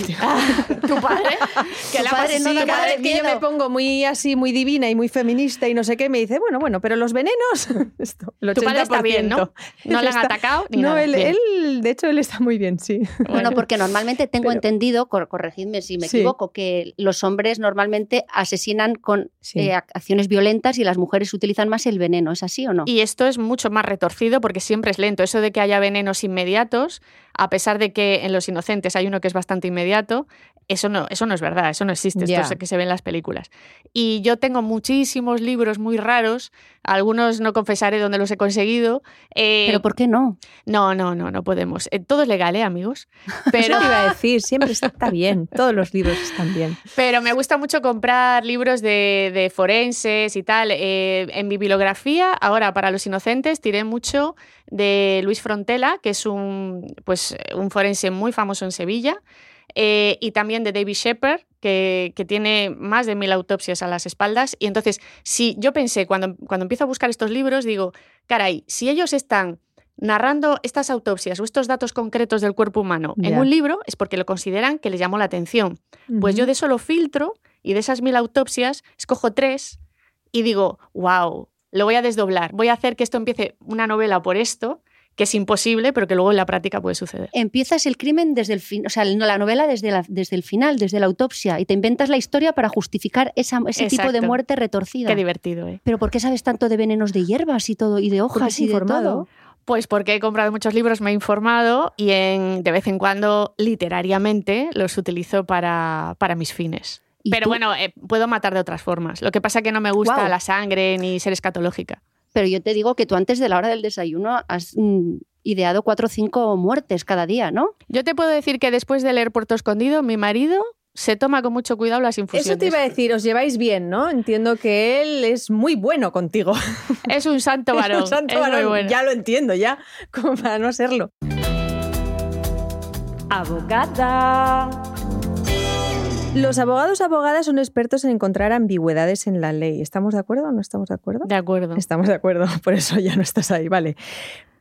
Speaker 4: ¿Tu padre? Ah, que
Speaker 2: Tu
Speaker 4: la
Speaker 2: padre
Speaker 4: pasé-
Speaker 2: no
Speaker 4: sí,
Speaker 2: da
Speaker 4: cada
Speaker 2: nada de
Speaker 4: vez que yo me
Speaker 2: miedo.
Speaker 4: pongo-
Speaker 3: pongo muy así, muy divina y muy feminista y no sé qué, me dice, bueno, bueno, pero los venenos. <laughs> Esto, el
Speaker 4: Tu padre está bien, ¿no?
Speaker 3: 80%.
Speaker 4: No
Speaker 3: Él
Speaker 4: le han
Speaker 3: está-
Speaker 4: atacado ni
Speaker 3: No,
Speaker 4: nada.
Speaker 3: él,
Speaker 4: Bien.
Speaker 3: él, de hecho, él está muy bien, sí.
Speaker 2: Bueno, porque normalmente tengo
Speaker 3: Pero-
Speaker 2: entendido, cor- corregidme si me
Speaker 3: Sí.
Speaker 2: equivoco, que los hombres normalmente asesinan con
Speaker 3: Sí.
Speaker 2: eh, ac- acciones violentas y las mujeres utilizan más el veneno. ¿Es así o no?
Speaker 4: Y esto es mucho más retorcido porque siempre es lento. Eso de que haya venenos inmediatos, a pesar de que en Los Inocentes hay uno que es bastante inmediato, eso no, eso no es verdad, eso no existe,
Speaker 3: Ya.
Speaker 4: esto es que se ve en las películas. Y yo tengo muchísimos libros muy raros, algunos no confesaré dónde los he conseguido. eh,
Speaker 2: Pero ¿por qué no?
Speaker 4: No, no, no, no podemos. Eh, todo es legal, ¿eh, amigos?
Speaker 3: <laughs>
Speaker 4: Pero,
Speaker 3: Eso te iba a decir, siempre está bien, todos los libros están bien.
Speaker 4: pero me gusta mucho comprar libros de, de forenses y tal. Eh, en mi bibliografía, ahora para los inocentes, tiré mucho de Luis Frontela, que es un, pues, un forense muy famoso en Sevilla, eh, y también de David Shepard, que, que tiene más de mil autopsias a las espaldas. Y entonces, si yo pensé, cuando, cuando empiezo a buscar estos libros, digo, caray, si ellos están narrando estas autopsias o estos datos concretos del cuerpo humano en
Speaker 3: Ya.
Speaker 4: un libro, es porque lo consideran que les llamó la atención. Pues yo de eso lo filtro y de esas mil autopsias escojo tres y digo, wow, lo voy a desdoblar. Voy a hacer que esto empiece una novela por esto, que es imposible, pero que luego en la práctica puede suceder.
Speaker 2: Empiezas el crimen desde el fin, o sea, la novela desde, la- desde el final, desde la autopsia, y te inventas la historia para justificar esa- ese tipo de
Speaker 4: Exacto.
Speaker 2: muerte retorcida.
Speaker 4: Qué divertido, ¿eh?
Speaker 2: Pero ¿por qué sabes tanto de venenos de hierbas y todo y de
Speaker 3: Porque
Speaker 2: hojas
Speaker 3: es
Speaker 2: y de
Speaker 3: informado.
Speaker 2: todo?
Speaker 4: Pues porque he comprado muchos libros, me he informado y en, de vez en cuando literariamente los utilizo para, para mis fines.
Speaker 2: Y
Speaker 4: Pero
Speaker 2: tú-
Speaker 4: bueno, eh, puedo matar de otras formas. Lo que pasa que no me gusta
Speaker 2: Guau.
Speaker 4: la sangre ni ser escatológica.
Speaker 2: Pero yo te digo que tú antes de la hora del desayuno has mm, ideado cuatro o cinco muertes cada día, ¿no?
Speaker 4: Yo te puedo decir que después de leer Puerto Escondido, mi marido se toma con mucho cuidado las infusiones.
Speaker 3: Eso te iba a decir, os lleváis bien, ¿no? Entiendo que él es muy bueno contigo.
Speaker 4: <laughs> Es un
Speaker 3: <laughs>
Speaker 4: santo
Speaker 3: Es un
Speaker 4: varón.
Speaker 3: santo
Speaker 4: es muy
Speaker 3: varón,
Speaker 4: bueno.
Speaker 3: Ya lo entiendo, ya, <laughs> como para no serlo.
Speaker 1: Abogada.
Speaker 3: Los abogados abogadas son expertos en encontrar ambigüedades en la ley. ¿Estamos de acuerdo o no estamos de acuerdo?
Speaker 4: De acuerdo.
Speaker 3: Estamos de acuerdo, <laughs> por eso ya no estás ahí, vale.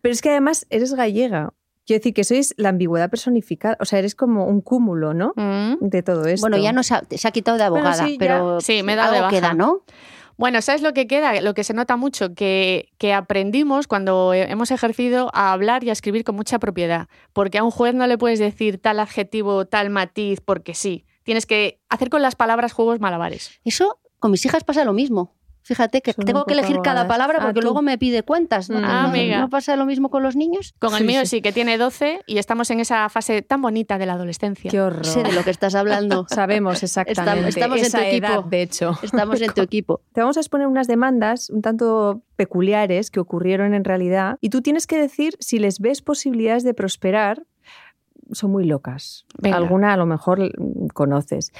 Speaker 3: Pero es que además eres gallega. Quiero decir que sois la ambigüedad personificada, o sea, eres como un cúmulo, ¿no?
Speaker 4: Mm.
Speaker 3: De todo esto.
Speaker 2: Bueno, ya no se ha, se ha quitado de
Speaker 3: Bueno,
Speaker 2: abogada,
Speaker 3: sí, ya.
Speaker 2: pero
Speaker 4: Sí, me he dado de
Speaker 2: algo
Speaker 4: baja.
Speaker 2: queda, ¿no?
Speaker 4: Bueno, ¿sabes lo que queda? Lo que se nota mucho, que, que aprendimos cuando he- hemos ejercido a hablar y a escribir con mucha propiedad. Porque a un juez no le puedes decir tal adjetivo, tal matiz, porque sí. Tienes que hacer con las palabras juegos malabares.
Speaker 2: Eso con mis hijas pasa lo mismo. Fíjate que
Speaker 3: Son un
Speaker 2: tengo que
Speaker 3: poco
Speaker 2: elegir cada
Speaker 3: abogadas.
Speaker 2: palabra
Speaker 3: Ah,
Speaker 2: porque
Speaker 3: tú.
Speaker 2: luego me pide cuentas. ¿no?
Speaker 3: Mm.
Speaker 4: Ah,
Speaker 2: ¿No-
Speaker 4: amiga.
Speaker 2: ¿No pasa lo mismo con los niños?
Speaker 4: Con el
Speaker 3: Sí,
Speaker 4: mío
Speaker 3: sí.
Speaker 4: sí, que tiene 12 y estamos en esa fase tan bonita de la adolescencia.
Speaker 3: Qué horror. <laughs>
Speaker 2: Sé de lo que estás hablando.
Speaker 3: Sabemos exactamente.
Speaker 2: estamos en
Speaker 3: esa
Speaker 2: tu equipo.
Speaker 3: edad, de hecho.
Speaker 2: Estamos en tu equipo.
Speaker 3: Te vamos a exponer unas demandas un tanto peculiares que ocurrieron en realidad y tú tienes que decir si les ves posibilidades de prosperar. Son muy locas.
Speaker 4: Venga.
Speaker 3: Alguna a lo mejor mm, conoces.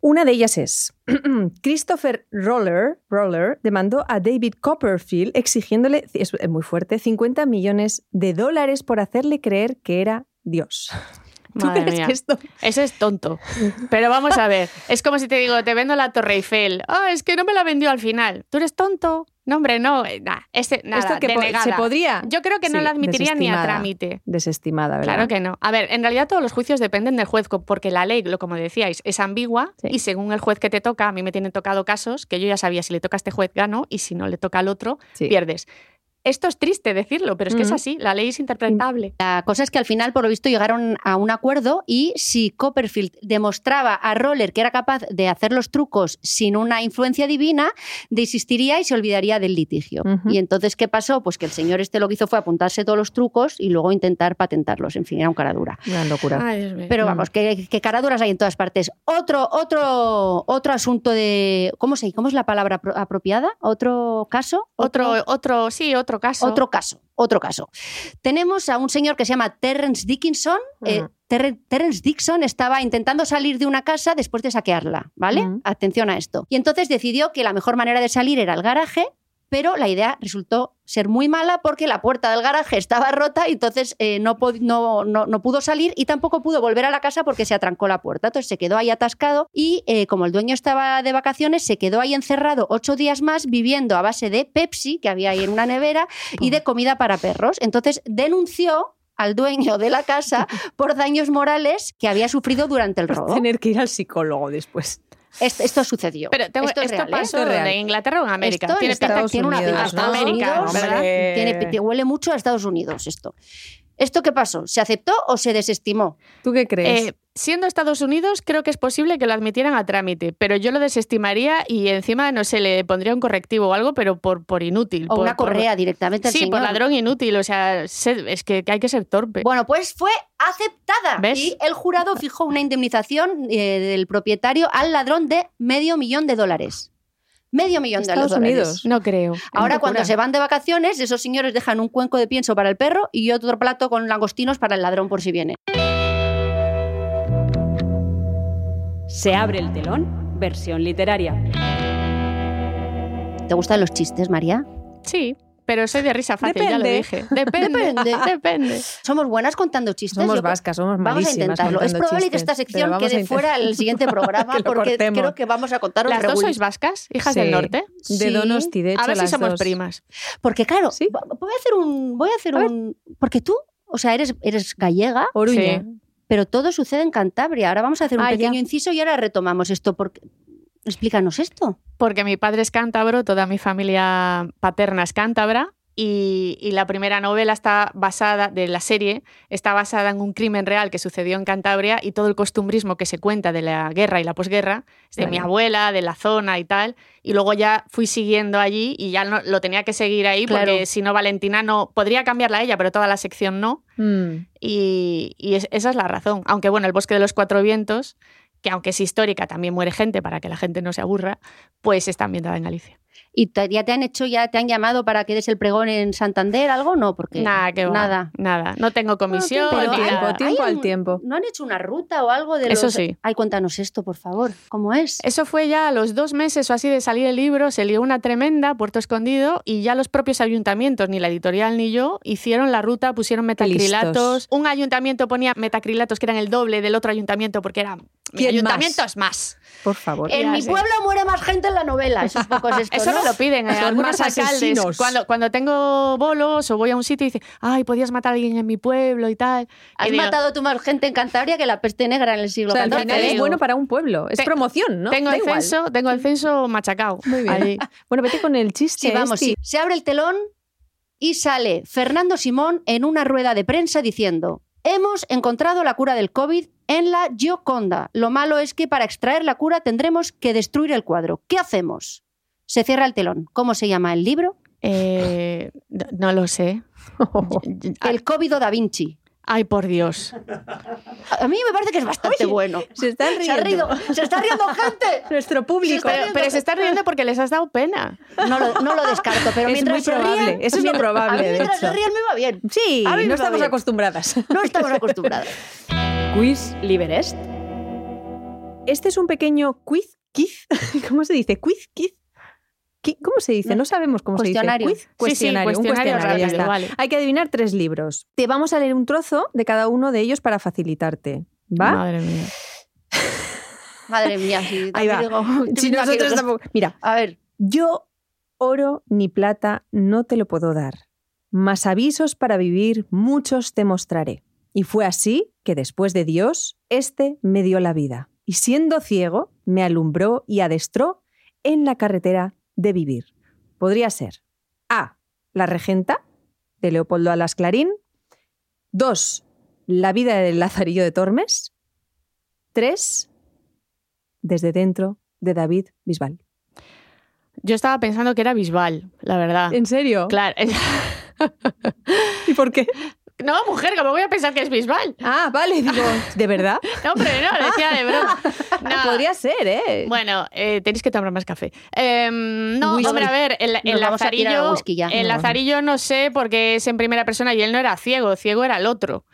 Speaker 3: Una de ellas es <clears throat> Christopher Roller, Roller demandó a David Copperfield exigiéndole, es muy fuerte, 50 millones de dólares por hacerle creer que era Dios. <laughs> ¿Tú
Speaker 4: Madre
Speaker 3: crees
Speaker 4: mía.
Speaker 3: que esto?
Speaker 4: Eso es tonto. Pero vamos a ver. Es como si te digo, te vendo la Torre Eiffel. Ah, es que no me la vendió al final. ¿Tú eres tonto? No, hombre, no. Eh, nah, este, nada,
Speaker 3: esto que po-
Speaker 4: denegada.
Speaker 3: se podría.
Speaker 4: Yo creo que no
Speaker 3: Sí,
Speaker 4: la admitiría ni a
Speaker 3: desestimada.
Speaker 4: trámite.
Speaker 3: Desestimada, ¿verdad?
Speaker 4: Claro que no. A ver, en realidad todos los juicios dependen del juez, co- porque la ley, lo como decíais, es ambigua
Speaker 3: Sí.
Speaker 4: y según el juez que te toca, a mí me tienen tocado casos que yo ya sabía si le toca a este juez gano y si no le toca al otro,
Speaker 3: Sí.
Speaker 4: pierdes. Esto es triste decirlo, pero es que es
Speaker 3: Ujú.
Speaker 4: así, la ley es interpretable.
Speaker 2: La cosa es que al final, por lo visto, llegaron a un acuerdo y si Copperfield demostraba a Roller que era capaz de hacer los trucos sin una influencia divina, desistiría y se olvidaría del litigio.
Speaker 3: Ujú.
Speaker 2: Y entonces, ¿qué pasó? Pues que el señor este lo que hizo fue apuntarse todos los trucos y luego intentar patentarlos. En fin, era un cara dura.
Speaker 3: Una locura.
Speaker 4: Ay, Dios mío.
Speaker 2: Pero
Speaker 3: Mm.
Speaker 2: vamos, que, que cara duras hay en todas partes. Otro, otro, otro asunto de. ¿Cómo se ¿Cómo es la palabra apro- apropiada? ¿Otro caso?
Speaker 4: otro, otro, sí, otro caso.
Speaker 2: Otro caso, otro caso. Tenemos a un señor que se llama Terrence Dickinson. Eh,
Speaker 3: Ujú.
Speaker 2: Terre- Terrence Dixon estaba intentando salir de una casa después de saquearla, ¿vale?
Speaker 3: Ujú.
Speaker 2: Atención a esto. Y entonces decidió que la mejor manera de salir era el garaje, pero la idea resultó ser muy mala porque la puerta del garaje estaba rota y entonces eh, no, pod- no- no- no pudo salir y tampoco pudo volver a la casa porque se atrancó la puerta. Entonces se quedó ahí atascado y eh, como el dueño estaba de vacaciones, se quedó ahí encerrado ocho días más viviendo a base de Pepsi que había ahí en una nevera y
Speaker 4: Mm.
Speaker 2: de comida para perros. Entonces denunció al dueño de la
Speaker 4: <laughs>
Speaker 2: casa por daños morales que había sufrido durante el
Speaker 4: Pues
Speaker 2: robo.
Speaker 3: Tener que ir al psicólogo después.
Speaker 2: Esto, esto sucedió.
Speaker 4: Pero tengo- esto,
Speaker 2: esto es real, ¿eh?
Speaker 4: pasó
Speaker 3: Esto es real.
Speaker 4: en Inglaterra o en América.
Speaker 2: Esto en
Speaker 4: Tiene pinta-
Speaker 2: Estados tiene una
Speaker 4: pinta
Speaker 3: Unidos, ¿no?
Speaker 4: América,
Speaker 3: Hombre.
Speaker 4: ¿verdad?
Speaker 2: Tiene- te huele mucho a Estados Unidos esto. ¿Esto qué pasó? ¿Se aceptó o se desestimó?
Speaker 3: ¿Tú qué crees?
Speaker 4: Eh, siendo Estados Unidos, creo que es posible que lo admitieran a trámite, pero yo lo desestimaría y encima, no sé, le pondría un correctivo o algo, pero por, por inútil.
Speaker 2: ¿O
Speaker 4: por-
Speaker 2: una
Speaker 4: por-
Speaker 2: correa directamente al
Speaker 4: Sí, por
Speaker 2: señor?
Speaker 4: ladrón inútil, o sea, se- es que hay que ser torpe.
Speaker 2: Bueno, pues fue aceptada
Speaker 4: ¿Ves?
Speaker 2: y el jurado fijó una indemnización eh, del propietario al ladrón de medio millón de dólares. Medio millón
Speaker 3: Estados
Speaker 2: de dólares.
Speaker 3: Unidos.
Speaker 4: no creo.
Speaker 2: Ahora
Speaker 3: locura.
Speaker 2: cuando se van de vacaciones, esos señores dejan un cuenco de pienso para el perro y otro plato con langostinos para el ladrón por si viene.
Speaker 1: Se abre el telón, versión literaria.
Speaker 2: ¿Te gustan los chistes, María?
Speaker 4: Sí, pero soy de risa fácil, ya lo
Speaker 3: Depende.
Speaker 4: dije. Depende,
Speaker 2: Depende.
Speaker 4: depende.
Speaker 2: Somos buenas contando chistes.
Speaker 3: somos
Speaker 2: Yo creo-
Speaker 3: vascas, somos
Speaker 2: Vamos a
Speaker 3: malísimas.
Speaker 2: intentarlo. Es
Speaker 3: contando
Speaker 2: probable que
Speaker 3: chistes,
Speaker 2: esta
Speaker 3: pero
Speaker 2: sección
Speaker 3: vamos a
Speaker 2: quede
Speaker 3: intent-
Speaker 2: fuera
Speaker 3: <laughs>
Speaker 2: el siguiente programa
Speaker 3: Que lo
Speaker 2: porque
Speaker 3: cortemos.
Speaker 2: creo que vamos a contaros
Speaker 4: ¿Las dos
Speaker 2: regulis.
Speaker 4: sois vascas, hijas
Speaker 3: Sí.
Speaker 4: del norte?
Speaker 3: De
Speaker 2: Sí.
Speaker 3: Donosti, de hecho.
Speaker 4: a ver si
Speaker 3: las
Speaker 4: somos
Speaker 3: dos.
Speaker 4: primas.
Speaker 2: Porque claro,
Speaker 3: Sí.
Speaker 2: va- voy a hacer un voy a hacer
Speaker 3: A ver.
Speaker 2: un porque tú, o sea, eres eres gallega,
Speaker 3: Oruña.
Speaker 2: pero todo sucede en Cantabria. Ahora vamos a hacer un
Speaker 3: Ah, ya.
Speaker 2: pequeño inciso y ahora retomamos esto porque explícanos esto.
Speaker 4: Porque mi padre es cántabro, toda mi familia paterna es cántabra. Y, y la primera novela está basada, de la serie, está basada en un crimen real que sucedió en Cantabria y todo el costumbrismo que se cuenta de la guerra y la posguerra, es de
Speaker 3: Vale.
Speaker 4: mi abuela, de la zona y tal. Y luego ya fui siguiendo allí y ya no- lo tenía que seguir ahí
Speaker 2: Claro.
Speaker 4: porque si no, Valentina no. Podría cambiarla ella, pero toda la sección no.
Speaker 3: Mm.
Speaker 4: Y, y es- esa es la razón. Aunque bueno, el bosque de los cuatro vientos, que aunque es histórica, también muere gente para que la gente no se aburra, pues está ambientada en Galicia.
Speaker 2: ¿Y te- ya te han hecho ya te han llamado para que des el pregón en Santander algo? No, porque
Speaker 4: Nada, que va,
Speaker 2: nada.
Speaker 4: Nada. No tengo comisión.
Speaker 3: Pero
Speaker 4: ni
Speaker 2: Mira,
Speaker 3: tiempo,
Speaker 4: nada.
Speaker 3: tiempo
Speaker 2: hay
Speaker 3: al
Speaker 2: un-
Speaker 3: tiempo.
Speaker 2: ¿No han hecho una ruta o algo de
Speaker 4: Eso
Speaker 2: los-
Speaker 4: sí.
Speaker 2: Ay, cuéntanos esto, por favor. ¿Cómo es?
Speaker 4: Eso fue ya a los dos meses o así de salir el libro, se lió una tremenda, Puerto Escondido, y ya los propios ayuntamientos, ni la editorial ni yo, hicieron la ruta, pusieron metacrilatos.
Speaker 3: listos.
Speaker 4: Un ayuntamiento ponía metacrilatos que eran el doble del otro ayuntamiento porque era... Mi
Speaker 3: ¿Quién más?
Speaker 4: ayuntamiento es más.
Speaker 3: Por favor.
Speaker 4: Eh,
Speaker 2: En
Speaker 4: ya
Speaker 2: mi
Speaker 4: sé.
Speaker 2: pueblo muere más gente en la novela. Eso es poco es esto,
Speaker 4: Eso
Speaker 2: ¿no?
Speaker 4: me lo piden eh,
Speaker 3: Son
Speaker 4: algunos
Speaker 3: más
Speaker 4: alcaldes.
Speaker 3: asesinos.
Speaker 4: Cuando, cuando tengo bolos o voy a un sitio y dicen, ay, podías matar a alguien en mi pueblo y tal.
Speaker 2: Has
Speaker 4: Y digo,
Speaker 2: matado tú más gente en Cantabria que la peste negra en el siglo
Speaker 3: o sea, al
Speaker 2: XIV.
Speaker 3: final es
Speaker 2: digo.
Speaker 3: bueno para un pueblo. Es
Speaker 4: Te-
Speaker 3: promoción, ¿no?
Speaker 4: Tengo
Speaker 3: Da
Speaker 4: el
Speaker 3: igual.
Speaker 4: censo, tengo el censo machacao.
Speaker 3: Muy bien.
Speaker 4: Allí.
Speaker 3: Bueno, vete con el chiste. este.
Speaker 2: Sí, vamos,
Speaker 3: Esti.
Speaker 2: sí. Se abre el telón y sale Fernando Simón en una rueda de prensa diciendo: Hemos encontrado la cura del COVID en la Gioconda. Lo malo es que para extraer la cura tendremos que destruir el cuadro. ¿Qué hacemos? Se cierra el telón. ¿Cómo se llama el libro?
Speaker 4: Eh, no, no
Speaker 3: <laughs>
Speaker 4: lo sé.
Speaker 2: El COVID o da Vinci.
Speaker 4: Ay, por Dios.
Speaker 2: A a mí me parece que es bastante bueno.
Speaker 3: Se están riendo.
Speaker 2: Se ha rido, se está riendo gente.
Speaker 3: Nuestro público.
Speaker 2: Se
Speaker 4: Pero, pero se está riendo porque les has dado pena.
Speaker 2: No lo, no lo descarto, pero
Speaker 3: Es
Speaker 2: mientras
Speaker 3: muy
Speaker 2: se
Speaker 3: probable,
Speaker 2: rían-
Speaker 3: eso es lo
Speaker 2: mien-
Speaker 3: probable,
Speaker 2: a mí
Speaker 3: de
Speaker 2: mientras se
Speaker 3: hecho.
Speaker 2: rían me va bien.
Speaker 3: Sí,
Speaker 2: A mí me
Speaker 3: no
Speaker 2: va
Speaker 3: estamos
Speaker 2: bien.
Speaker 3: acostumbradas.
Speaker 2: No estamos
Speaker 3: <laughs>
Speaker 2: acostumbrados.
Speaker 1: Quiz Liberest.
Speaker 3: <laughs> Este es un pequeño quiz, quiz. ¿Cómo se dice? Quiz, quiz. ¿Qué- ¿Cómo se dice? No sabemos cómo
Speaker 2: Cuestionario.
Speaker 3: se dice. Quiz, Cuestionario.
Speaker 4: sí,
Speaker 3: un
Speaker 4: cuestionario
Speaker 3: cuestionario, ya
Speaker 4: rápido,
Speaker 3: está.
Speaker 4: vale.
Speaker 3: Hay que adivinar tres libros. Te vamos a leer un trozo de cada uno de ellos para facilitarte. ¿Va?
Speaker 4: Madre mía.
Speaker 2: Madre mía, si
Speaker 3: Ahí va.
Speaker 2: digo,
Speaker 3: Si
Speaker 2: yo me
Speaker 3: nosotros
Speaker 2: imagino-
Speaker 3: tampoco- Mira,
Speaker 2: A ver,
Speaker 3: yo oro ni plata no te lo puedo dar. Mas avisos para vivir muchos te mostraré. Y fue así que después de Dios, este me dio la vida. Y siendo ciego, me alumbró y adestró en la carretera de vivir. Podría ser A. La regenta, de Leopoldo Alas Clarín. 2. La vida del Lazarillo de Tormes. 3. Desde dentro, de David Bisbal.
Speaker 4: Yo estaba pensando que era Bisbal, la verdad.
Speaker 3: ¿En serio?
Speaker 4: Claro. <laughs>
Speaker 3: ¿Y por qué?
Speaker 4: No, mujer, ¿cómo voy a pensar que es Bisbal?
Speaker 3: Ah, vale, digo, ¿de verdad?
Speaker 4: No, pero no, decía
Speaker 3: <laughs>
Speaker 4: de broma. No.
Speaker 3: Podría ser, ¿eh?
Speaker 4: Bueno, eh, tenéis que tomar más café. Em, no,
Speaker 2: Whisky.
Speaker 4: hombre, a ver, el, el
Speaker 2: Nos vamos a tirar
Speaker 4: lazarillo.
Speaker 2: al whisky ya.
Speaker 4: El
Speaker 2: No.
Speaker 4: lazarillo no sé porque es en primera persona y él no era ciego, ciego era el otro.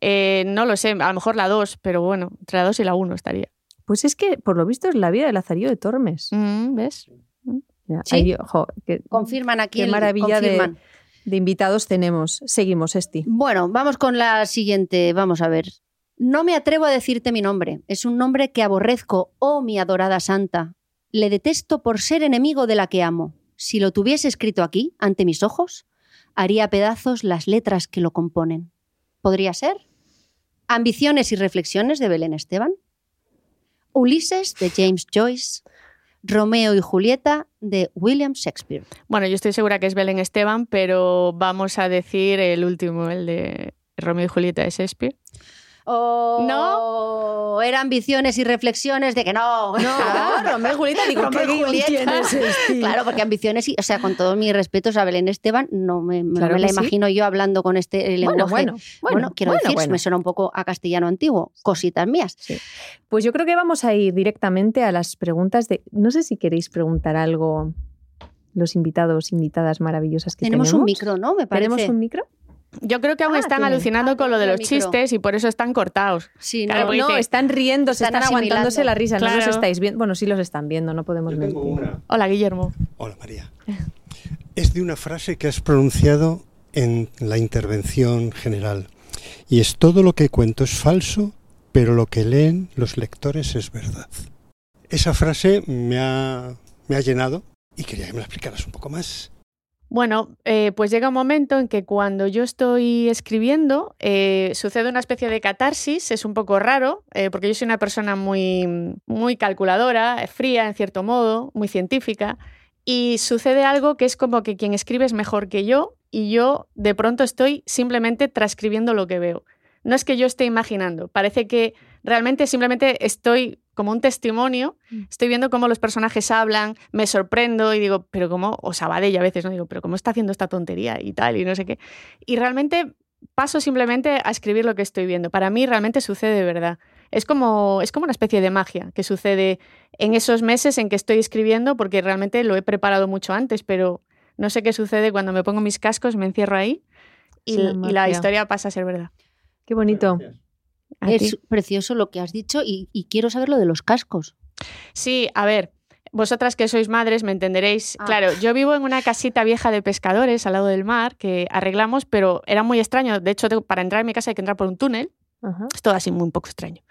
Speaker 4: Eh, no lo sé, a lo mejor la 2, pero bueno, entre la 2 y la 1 estaría.
Speaker 3: Pues es que, por lo visto, es la vida del Lazarillo de Tormes.
Speaker 4: Mm, ¿Ves?
Speaker 3: Ya,
Speaker 2: Sí.
Speaker 3: ahí, ojo, que-
Speaker 2: confirman aquí.
Speaker 3: Qué
Speaker 2: el-
Speaker 3: maravilla de-
Speaker 2: confirman.
Speaker 3: de invitados tenemos. Seguimos, Esti.
Speaker 2: Bueno, vamos con la siguiente. Vamos a ver. No me atrevo a decirte mi nombre. Es un nombre que aborrezco, oh mi adorada santa. Le detesto por ser enemigo de la que amo. Si lo tuviese escrito aquí, ante mis ojos, haría pedazos las letras que lo componen. ¿Podría ser? Ambiciones y reflexiones de Belén Esteban. Ulises de James Joyce. Romeo y Julieta de William Shakespeare.
Speaker 4: Bueno, yo estoy segura que es Belén Esteban, pero vamos a decir el último, el de Romeo y Julieta de Shakespeare.
Speaker 2: Oh,
Speaker 4: ¿No?
Speaker 2: Era ambiciones y reflexiones de que <laughs> no.
Speaker 3: No, Romeo y Julieta, digo,
Speaker 2: Romeo
Speaker 3: ¿qué
Speaker 2: y
Speaker 3: guión
Speaker 2: Julieta.
Speaker 3: tienes, Esti?
Speaker 2: Claro, porque ambiciones y, o sea, con todos mis respetos a Belén Esteban, no me, no
Speaker 3: Claro
Speaker 2: me la
Speaker 3: que sí.
Speaker 2: imagino yo hablando con este eh, lenguaje.
Speaker 3: Bueno, bueno, bueno,
Speaker 2: Bueno, quiero
Speaker 3: bueno,
Speaker 2: decir, pues-
Speaker 3: bueno.
Speaker 2: me suena un poco a castellano antiguo, cositas mías.
Speaker 3: Pues yo creo que vamos a ir directamente a las preguntas de. No sé si queréis preguntar algo los invitados, invitadas maravillosas que tenemos.
Speaker 2: Tenemos un micro, ¿no? Me parece.
Speaker 3: ¿Tenemos un micro?
Speaker 4: Yo creo que aún
Speaker 3: Ah,
Speaker 4: están
Speaker 3: tiene.
Speaker 4: alucinando
Speaker 2: Ah,
Speaker 4: con lo de
Speaker 2: tiene
Speaker 4: los
Speaker 2: micro.
Speaker 4: chistes y por eso están cortados.
Speaker 2: Sí,
Speaker 4: Claro,
Speaker 2: no,
Speaker 4: porque
Speaker 2: no.
Speaker 3: No,
Speaker 4: dice-
Speaker 3: están riendo, se
Speaker 2: Están
Speaker 3: están aguantándose
Speaker 2: asimilando.
Speaker 3: la risa. No
Speaker 4: Claro.
Speaker 3: los estáis viendo. Bueno, sí los están viendo, no podemos mentir.
Speaker 4: Hola, Guillermo.
Speaker 5: Hola María. <laughs> Es de una frase que has pronunciado en la intervención general. Y es todo lo que cuento es falso, pero lo que leen los lectores es verdad. Esa frase me ha, me ha llenado y quería que me la explicaras un poco más.
Speaker 4: Bueno, eh, pues llega un momento en que cuando yo estoy escribiendo eh, sucede una especie de catarsis, es un poco raro, eh, porque yo soy una persona muy, muy calculadora, eh, fría en cierto modo, muy científica, y sucede algo que es como que quien escribe es mejor que yo y yo de pronto estoy simplemente transcribiendo lo que veo. No es que yo esté imaginando, parece que realmente simplemente estoy como un testimonio Estoy viendo cómo los personajes hablan, me sorprendo y digo, pero cómo, o Sabadell a veces, ¿no? Digo, pero cómo está haciendo esta tontería y tal, y no sé qué. Y realmente paso simplemente a escribir lo que estoy viendo. Para mí realmente sucede de verdad. Es como, es como una especie de magia que sucede en esos meses en que estoy escribiendo, porque realmente lo he preparado mucho antes, pero no sé qué sucede cuando me pongo mis cascos, me encierro ahí y,
Speaker 3: Es una
Speaker 4: y la
Speaker 3: magia.
Speaker 4: historia pasa a ser verdad.
Speaker 3: Qué bonito.
Speaker 4: A ti.
Speaker 2: Es precioso lo que has dicho y, y quiero saber lo de los cascos.
Speaker 4: Sí, a ver, vosotras que sois madres me entenderéis.
Speaker 2: Ah.
Speaker 4: Claro, yo vivo en una casita vieja de pescadores al lado del mar que arreglamos, pero era muy extraño. De hecho, tengo- para entrar en mi casa hay que entrar por un túnel.
Speaker 3: Ajá,
Speaker 4: Es todo así muy un poco extraño.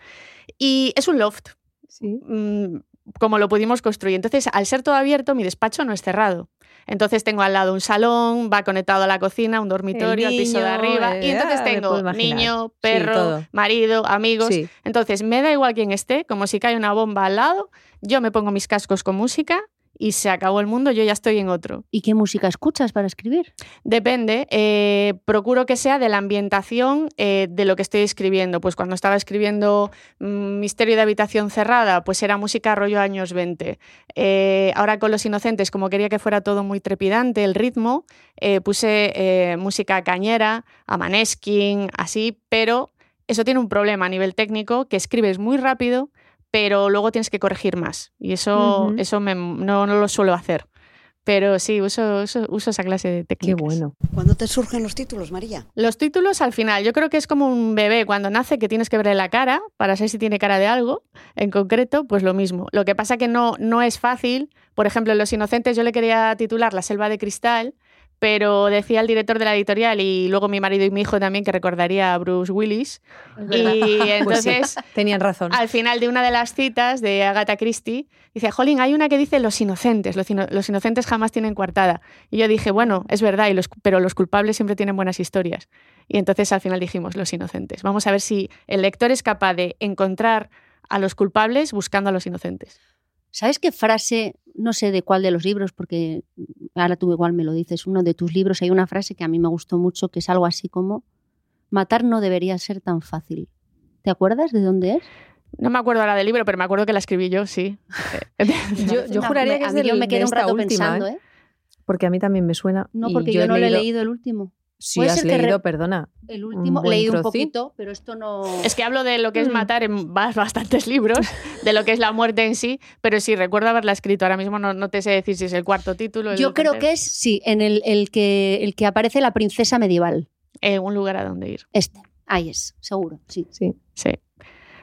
Speaker 4: Y es un loft,
Speaker 3: sí.
Speaker 4: mm, como lo pudimos construir. Entonces, al ser todo abierto, mi despacho no es cerrado. Entonces tengo al lado un salón, va conectado a la cocina, un dormitorio, al piso de
Speaker 3: niño,
Speaker 4: arriba. y
Speaker 3: eh,
Speaker 4: entonces
Speaker 3: ah, me puedo
Speaker 4: tengo
Speaker 3: imaginar.
Speaker 4: niño, perro,
Speaker 3: todo.
Speaker 4: marido, amigos.
Speaker 3: Sí.
Speaker 4: Entonces, me da igual quién esté, como si cae una bomba al lado, yo me pongo mis cascos con música y se acabó el mundo, yo ya estoy en otro.
Speaker 2: ¿Y qué música escuchas para escribir?
Speaker 4: Depende, eh, procuro que sea de la ambientación eh, de lo que estoy escribiendo. Pues cuando estaba escribiendo mm, Misterio de Habitación Cerrada, pues era música rollo años 20. Eh, ahora con Los Inocentes, como quería que fuera todo muy trepidante el ritmo, eh, puse eh, música cañera, a Maneskin, así, pero eso tiene un problema a nivel técnico, que escribes muy rápido, pero luego tienes que corregir más. Y eso,
Speaker 3: Ujú.
Speaker 4: eso me- no, no lo suelo hacer. Pero sí, uso, uso, uso esa clase de
Speaker 3: Qué
Speaker 4: técnicas.
Speaker 3: bueno.
Speaker 6: ¿Cuándo te surgen los títulos, María?
Speaker 4: Los títulos al final, yo creo que es como un bebé cuando nace que tienes que verle la cara para saber si tiene cara de algo. En concreto, pues lo mismo. Lo que pasa que no, no es fácil. Por ejemplo, en Los Inocentes yo le quería titular La Selva de Cristal, pero decía el director de la editorial y luego mi marido y mi hijo también que recordaría a Bruce Willis.
Speaker 2: <laughs>
Speaker 4: Y
Speaker 3: <laughs> Pues sí,
Speaker 4: entonces
Speaker 3: tenían razón.
Speaker 4: al final de una de las citas de Agatha Christie, dice, Jolín, hay una que dice los inocentes, los, ino- los inocentes jamás tienen coartada. Y yo dije, bueno, es verdad, y los, pero los culpables siempre tienen buenas historias. Y entonces al final dijimos, los inocentes. Vamos a ver si el lector es capaz de encontrar a los culpables buscando a los inocentes.
Speaker 2: ¿Sabes qué frase? No sé de cuál de los libros, porque ahora tú igual me lo dices. Uno de tus libros hay una frase que a mí me gustó mucho, que es algo así como: Matar no debería ser tan fácil. ¿Te acuerdas de dónde es?
Speaker 4: No me acuerdo ahora del libro, pero me acuerdo que la escribí yo, sí. <laughs>
Speaker 3: Yo, yo
Speaker 2: Una-
Speaker 3: juraría
Speaker 2: me-
Speaker 3: que
Speaker 2: a
Speaker 3: es
Speaker 2: mí
Speaker 3: del,
Speaker 2: yo me
Speaker 3: de
Speaker 2: quedé un
Speaker 3: esta
Speaker 2: rato
Speaker 3: última,
Speaker 2: pensando,
Speaker 3: ¿eh?
Speaker 2: ¿eh?
Speaker 3: porque a mí también me suena.
Speaker 2: No,
Speaker 3: y
Speaker 2: porque yo, no
Speaker 3: leído-
Speaker 2: lo he leído el último.
Speaker 3: Sí,
Speaker 2: Puede
Speaker 3: has
Speaker 2: ser que re-
Speaker 3: leído, perdona.
Speaker 2: El
Speaker 3: Un
Speaker 2: último,
Speaker 3: buen
Speaker 2: leído un
Speaker 3: trocito.
Speaker 2: poquito, pero esto no.
Speaker 4: Es que hablo de lo que es
Speaker 3: Mm.
Speaker 4: matar en ba- bastantes libros, de lo que es la muerte en sí, pero sí, recuerdo haberla escrito. Ahora mismo no, no te sé decir si es el cuarto título. el
Speaker 2: Yo creo
Speaker 4: tercero.
Speaker 2: que es, sí, en el, el que, el que aparece la princesa medieval.
Speaker 4: Eh, un lugar a donde ir.
Speaker 2: Este. Ahí es, seguro, sí.
Speaker 3: Sí.
Speaker 4: Sí.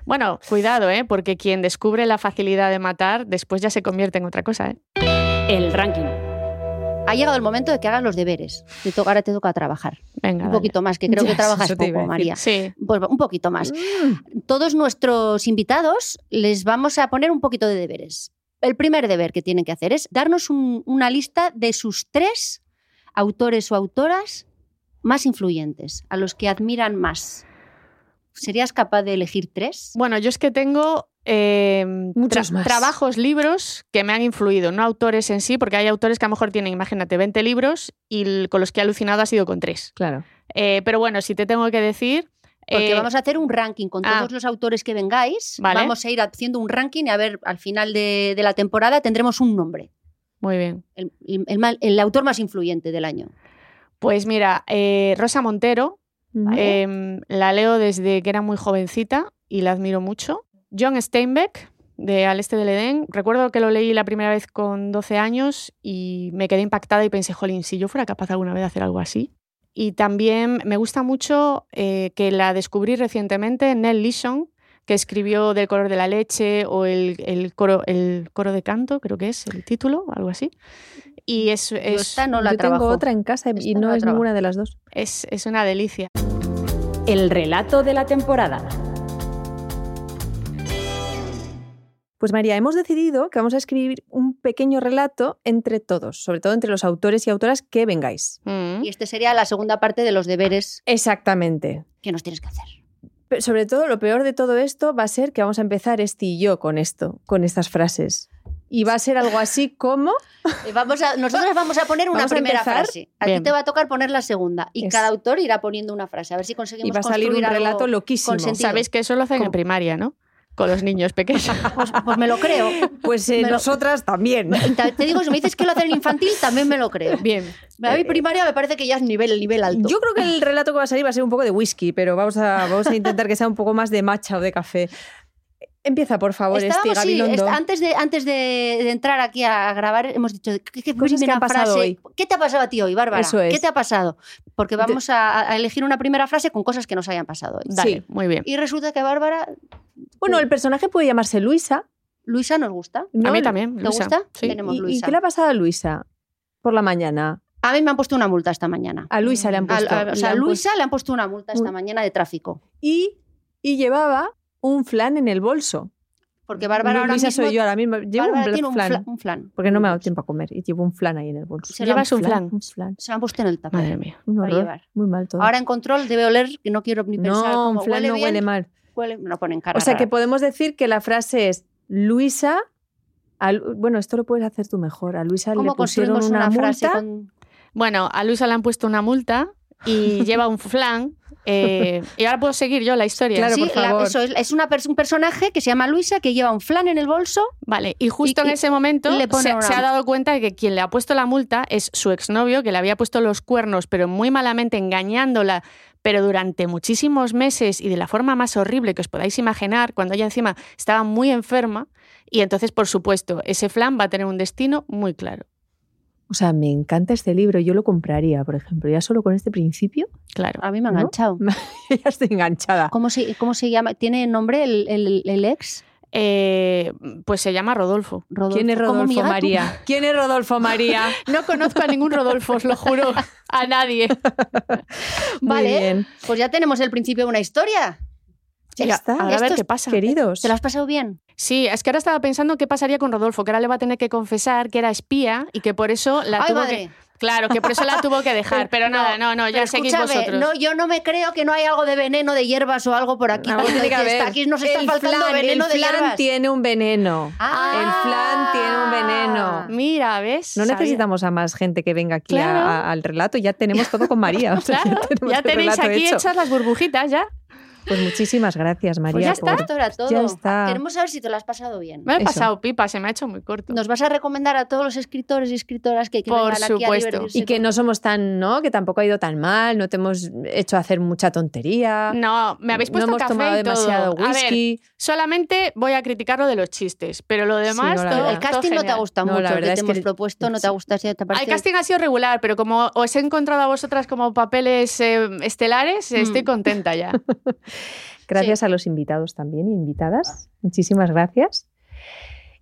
Speaker 4: Bueno, cuidado, ¿eh? porque quien descubre la facilidad de matar, después ya se convierte en otra cosa. ¿eh?
Speaker 1: El ranking.
Speaker 2: Ha llegado el momento de que hagas los deberes. Te to- ahora te toca trabajar.
Speaker 4: Venga.
Speaker 2: Un
Speaker 4: dale.
Speaker 2: poquito más, que creo
Speaker 3: Ya,
Speaker 2: que trabajas
Speaker 3: eso te iba a
Speaker 2: poco,
Speaker 3: decir.
Speaker 2: María.
Speaker 4: Sí.
Speaker 2: Pues un poquito más.
Speaker 3: Mm.
Speaker 2: Todos nuestros invitados les vamos a poner un poquito de deberes. El primer deber que tienen que hacer es darnos un- una lista de sus tres autores o autoras más influyentes, a los que admiran más. ¿Serías capaz de elegir tres?
Speaker 4: Bueno, yo es que tengo eh,
Speaker 3: Muchos más.
Speaker 4: trabajos, libros que me han influido, no autores en sí, porque hay autores que a lo mejor tienen, imagínate, 20 libros y el- con los que he alucinado ha sido con tres.
Speaker 3: Claro.
Speaker 4: Eh, pero bueno, si te tengo que decir...
Speaker 2: Porque
Speaker 4: eh,
Speaker 2: vamos a hacer un ranking con
Speaker 4: ah.
Speaker 2: todos los autores que vengáis.
Speaker 4: Vale.
Speaker 2: Vamos a ir haciendo un ranking y a ver, al final de, de la temporada tendremos un nombre.
Speaker 4: Muy bien.
Speaker 2: El, el- el mal- el autor más influyente del año.
Speaker 4: Pues mira, eh, Rosa Montero,
Speaker 2: Mm.
Speaker 3: Eh,
Speaker 4: eh, la leo desde que era muy jovencita y la admiro mucho. John Steinbeck, de Al Este del Edén. Recuerdo que lo leí la primera vez con 12 años y me quedé impactada y pensé, jolín, si yo fuera capaz alguna vez de hacer algo así. Y también me gusta mucho eh, que la descubrí recientemente, Nell Leeson, que escribió Del color de la leche o el, el coro, el coro de canto, creo que es el título, algo así. Y es,
Speaker 2: Yo
Speaker 4: es-
Speaker 2: esta no la
Speaker 3: yo
Speaker 2: trabajo.
Speaker 3: tengo otra en casa y- y
Speaker 2: Esta no
Speaker 3: no
Speaker 2: la
Speaker 3: es
Speaker 2: trabajo.
Speaker 3: ninguna de las dos.
Speaker 4: es- es una delicia.
Speaker 1: El relato de la temporada.
Speaker 3: Pues María, hemos decidido que vamos a escribir un pequeño relato entre todos, sobre todo entre los autores y autoras que vengáis.
Speaker 4: Mm.
Speaker 3: este
Speaker 2: Y esta sería la segunda parte de los deberes
Speaker 3: Exactamente.
Speaker 2: que nos tienes que hacer.
Speaker 3: Pero sobre todo, lo peor de todo esto va a ser que vamos a empezar este y yo con esto, con estas frases. Y va a ser algo así como...
Speaker 2: Eh, Vamos a, nosotros vamos a poner una
Speaker 3: Vamos a
Speaker 2: primera
Speaker 3: empezar.
Speaker 2: frase. A ti
Speaker 4: Bien.
Speaker 2: te va a tocar poner la segunda. Y
Speaker 3: Es-
Speaker 2: cada autor irá poniendo una frase. A ver si
Speaker 3: Y
Speaker 2: conseguimos
Speaker 3: va a salir un
Speaker 2: construir algo
Speaker 3: relato loquísimo.
Speaker 2: con sentido.
Speaker 4: Sabéis que eso lo hacen en
Speaker 2: ¿Cómo?
Speaker 4: primaria, ¿no? Con los niños
Speaker 2: <laughs>
Speaker 4: pequeños. <laughs>
Speaker 2: Pues, pues me lo creo.
Speaker 3: Pues eh,
Speaker 2: Me lo-
Speaker 3: nosotras también.
Speaker 2: Y ta- te digo, si me dices que lo hacen en infantil, también me lo
Speaker 3: <laughs>
Speaker 2: creo.
Speaker 4: Bien.
Speaker 2: A mí primaria me parece que ya es nivel, nivel <laughs> alto.
Speaker 3: Yo creo que el relato que va a salir va a ser un poco de whisky, pero vamos a, vamos a intentar que sea un poco más de matcha o de café. Empieza, por favor, este
Speaker 2: Estábamos, sí,
Speaker 3: Gabilondo.
Speaker 2: est- antes de, antes de, de entrar aquí a grabar, hemos dicho, ¿qué, qué
Speaker 3: Cosas que
Speaker 2: primera
Speaker 3: han pasado
Speaker 2: frase?
Speaker 3: hoy.
Speaker 2: ¿Qué te ha pasado a ti hoy, Bárbara?
Speaker 3: Eso es.
Speaker 2: ¿Qué te ha pasado? Porque vamos a, a elegir una primera frase con cosas que nos hayan pasado hoy.
Speaker 4: Dale,
Speaker 3: Sí.
Speaker 4: muy bien.
Speaker 2: Y resulta que Bárbara,
Speaker 3: Bueno, el personaje puede llamarse Luisa.
Speaker 2: Luisa nos gusta.
Speaker 4: a
Speaker 3: ¿no?
Speaker 4: mí también.
Speaker 2: ¿Te
Speaker 4: Luisa.
Speaker 2: gusta?
Speaker 4: Sí.
Speaker 2: Tenemos
Speaker 3: ¿Y- ¿Y
Speaker 2: Luisa.
Speaker 3: qué le ha pasado a Luisa por la mañana?
Speaker 2: A mí me han puesto una multa esta mañana.
Speaker 3: A Luisa le Ah, han
Speaker 2: A,
Speaker 3: puesto.
Speaker 2: a- Mm, o sea,
Speaker 3: le
Speaker 2: a
Speaker 3: han
Speaker 2: Luisa le han puesto una multa esta
Speaker 3: Mul-
Speaker 2: mañana de tráfico.
Speaker 3: puesto- Y, y llevaba un flan en el bolso.
Speaker 2: Porque Bárbara
Speaker 3: No,
Speaker 2: ahora
Speaker 3: Luisa
Speaker 2: mismo...
Speaker 3: soy yo ahora mismo. Llevo
Speaker 2: Bárbara
Speaker 3: un,
Speaker 2: tiene un
Speaker 3: flan.
Speaker 2: fla- un flan.
Speaker 3: Porque no me ha dado tiempo a comer y llevo un flan ahí en el bolso.
Speaker 2: Se lo
Speaker 4: Llevas
Speaker 2: han-
Speaker 4: un flan.
Speaker 3: Un flan.
Speaker 2: Se lo han puesto en el tapete.
Speaker 4: Madre mía.
Speaker 3: Un
Speaker 2: Para
Speaker 3: horror.
Speaker 2: llevar.
Speaker 3: Muy mal todo.
Speaker 2: Ahora en control debe oler, que no quiero ni pensar
Speaker 3: no, un
Speaker 2: cómo
Speaker 3: flan
Speaker 2: huele
Speaker 3: no
Speaker 2: bien,
Speaker 3: huele mal.
Speaker 2: huele- me lo ponen cara
Speaker 3: O sea que
Speaker 2: rara.
Speaker 3: podemos decir que la frase es Luisa. a Lu- bueno, esto lo puedes hacer tú mejor. A Luisa le
Speaker 2: ¿Cómo
Speaker 3: pusieron
Speaker 2: construimos
Speaker 3: una,
Speaker 2: una, frase
Speaker 3: multa.
Speaker 2: con...
Speaker 4: Bueno, a Luisa le han puesto una multa y lleva un flan.
Speaker 2: <laughs>
Speaker 4: eh, y ahora puedo seguir yo la historia.
Speaker 3: Claro,
Speaker 2: Sí,
Speaker 3: por
Speaker 2: la-
Speaker 3: favor.
Speaker 2: eso es, es una pers- un personaje que se llama Luisa que lleva un flan en el bolso.
Speaker 4: Vale, y justo
Speaker 2: Y-
Speaker 4: en
Speaker 2: y
Speaker 4: ese momento
Speaker 2: le pone
Speaker 4: se,
Speaker 2: una
Speaker 4: se ha
Speaker 2: multa.
Speaker 4: dado cuenta de que quien le ha puesto la multa es su exnovio, que le había puesto los cuernos, pero muy malamente engañándola, pero durante muchísimos meses y de la forma más horrible que os podáis imaginar, cuando ella encima estaba muy enferma, y entonces, por supuesto, ese flan va a tener un destino muy claro.
Speaker 3: O sea, me encanta este libro, yo lo compraría, por ejemplo, ya solo con este principio, <laughs>
Speaker 4: Claro.
Speaker 2: A mí me ha
Speaker 3: ¿No?
Speaker 2: enganchado.
Speaker 3: ya estoy enganchada.
Speaker 2: ¿Cómo se, cómo se llama? ¿Tiene nombre el, el- el ex?
Speaker 4: Eh, pues se llama Rodolfo.
Speaker 2: Rodolfo.
Speaker 3: ¿Quién es
Speaker 2: como mi
Speaker 3: Rodolfo
Speaker 2: gato.
Speaker 3: María? ¿Quién es Rodolfo María?
Speaker 4: No conozco a ningún Rodolfo, os
Speaker 2: <laughs>
Speaker 4: lo juro. A nadie.
Speaker 3: Muy
Speaker 2: Vale.
Speaker 3: bien.
Speaker 2: Pues ya tenemos el principio de una historia.
Speaker 3: Ya
Speaker 4: Y a-
Speaker 3: está.
Speaker 4: ahora a ver
Speaker 2: Esto
Speaker 4: qué
Speaker 2: es
Speaker 4: pasa.
Speaker 3: Queridos.
Speaker 2: ¿Te lo has pasado bien?
Speaker 4: Sí, es que ahora estaba pensando qué pasaría con Rodolfo, que ahora le va a tener que confesar que era espía y que por eso la
Speaker 2: Ay,
Speaker 4: tuvo
Speaker 2: madre.
Speaker 4: que. Claro, que por eso
Speaker 3: <laughs>
Speaker 4: la tuvo que dejar. Pero nada, no, no, ya
Speaker 2: Pero
Speaker 4: seguís
Speaker 2: escúchame,
Speaker 4: vosotros.
Speaker 2: No, yo no me creo que no hay algo de veneno de hierbas o algo por aquí.
Speaker 3: Algo
Speaker 2: porque
Speaker 3: tiene que
Speaker 2: está-
Speaker 3: haber.
Speaker 2: Aquí nos está
Speaker 3: El
Speaker 2: faltando
Speaker 3: flan,
Speaker 2: veneno
Speaker 3: el
Speaker 2: de
Speaker 3: flan
Speaker 2: hierbas.
Speaker 3: tiene un veneno.
Speaker 2: Ah. Pues
Speaker 3: El flan tiene un veneno.
Speaker 4: Mira, ¿ves?
Speaker 3: No
Speaker 4: Sabía.
Speaker 3: necesitamos a más gente que venga aquí a-
Speaker 4: Claro.
Speaker 3: a- al relato, ya tenemos todo con María.
Speaker 2: <laughs>
Speaker 3: o sea,
Speaker 4: Claro,
Speaker 3: tenemos
Speaker 4: ya
Speaker 3: el
Speaker 4: tenéis
Speaker 3: relato
Speaker 4: aquí
Speaker 3: hecho.
Speaker 4: hechas las burbujitas, ya.
Speaker 3: Pues muchísimas gracias, María.
Speaker 2: Pues ya
Speaker 3: por-
Speaker 2: está. Esto era todo.
Speaker 3: Ya está.
Speaker 2: Queremos saber si te lo has pasado bien.
Speaker 4: Me he
Speaker 3: Eso.
Speaker 4: pasado pipa, se me ha hecho muy corto.
Speaker 2: Nos vas a recomendar a todos los escritores y escritoras que, que
Speaker 4: Por
Speaker 2: vengan aquí a
Speaker 4: supuesto.
Speaker 2: divertirse
Speaker 3: Y que
Speaker 2: con-
Speaker 3: no somos tan, ¿no? Que tampoco ha ido tan mal, no te hemos hecho hacer mucha tontería.
Speaker 4: No, me habéis puesto
Speaker 3: no hemos
Speaker 4: café
Speaker 3: tomado
Speaker 4: y todo.
Speaker 3: demasiado
Speaker 4: A ver,
Speaker 3: whisky.
Speaker 4: solamente voy a criticar lo de los chistes, pero lo demás
Speaker 3: no, la
Speaker 4: todo,
Speaker 3: verdad.
Speaker 2: El casting no te ha
Speaker 4: gustado.
Speaker 2: gustado
Speaker 3: No, la
Speaker 2: mucho, el que
Speaker 3: verdad
Speaker 2: te
Speaker 3: es que-
Speaker 2: hemos propuesto, no te ha
Speaker 3: sí.
Speaker 2: gustado. si te parece-
Speaker 4: El casting ha sido regular, pero como os he encontrado a vosotras como papeles eh, estelares, estoy
Speaker 2: Mm.
Speaker 3: <laughs>
Speaker 4: contenta ya.
Speaker 3: Gracias a los invitados también,
Speaker 4: Ah.
Speaker 3: invitadas. Muchísimas gracias.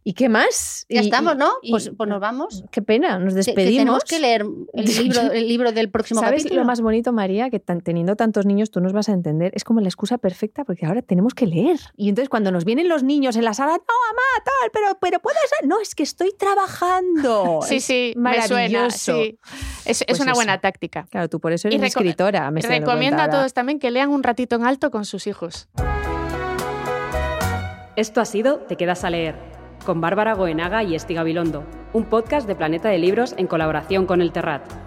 Speaker 3: ¿Y qué más?
Speaker 2: Ya
Speaker 3: Y-
Speaker 2: estamos,
Speaker 3: y-
Speaker 2: ¿no?
Speaker 3: y-
Speaker 2: pues, pues nos vamos.
Speaker 3: Qué pena, nos
Speaker 2: Que- que tenemos
Speaker 3: despedimos.
Speaker 2: que leer el libro,
Speaker 3: <laughs>
Speaker 2: el libro del próximo
Speaker 3: ¿Sabes
Speaker 2: capítulo.
Speaker 3: lo más bonito, María? Que tan- teniendo tantos niños tú nos vas a entender. Es como la excusa perfecta porque ahora tenemos que leer. Y entonces cuando nos vienen los niños en la sala, no, mamá, tal, pero, pero puedes... No, es que estoy trabajando.
Speaker 4: Sí,
Speaker 3: Es
Speaker 4: sí, me suena.
Speaker 3: maravilloso.
Speaker 4: sí. Es, es
Speaker 3: Pues
Speaker 4: una buena
Speaker 3: eso.
Speaker 4: táctica.
Speaker 3: Claro, tú por eso eres
Speaker 4: Y
Speaker 3: una
Speaker 4: reco-
Speaker 3: escritora. Me estoy dando
Speaker 4: Recomiendo a
Speaker 3: cuenta ahora.
Speaker 4: todos también que lean un ratito en alto con sus hijos.
Speaker 1: Esto ha sido Te quedas a leer con Bárbara Goenaga y Esti Gabilondo, un podcast de Planeta de Libros en colaboración con El Terrat.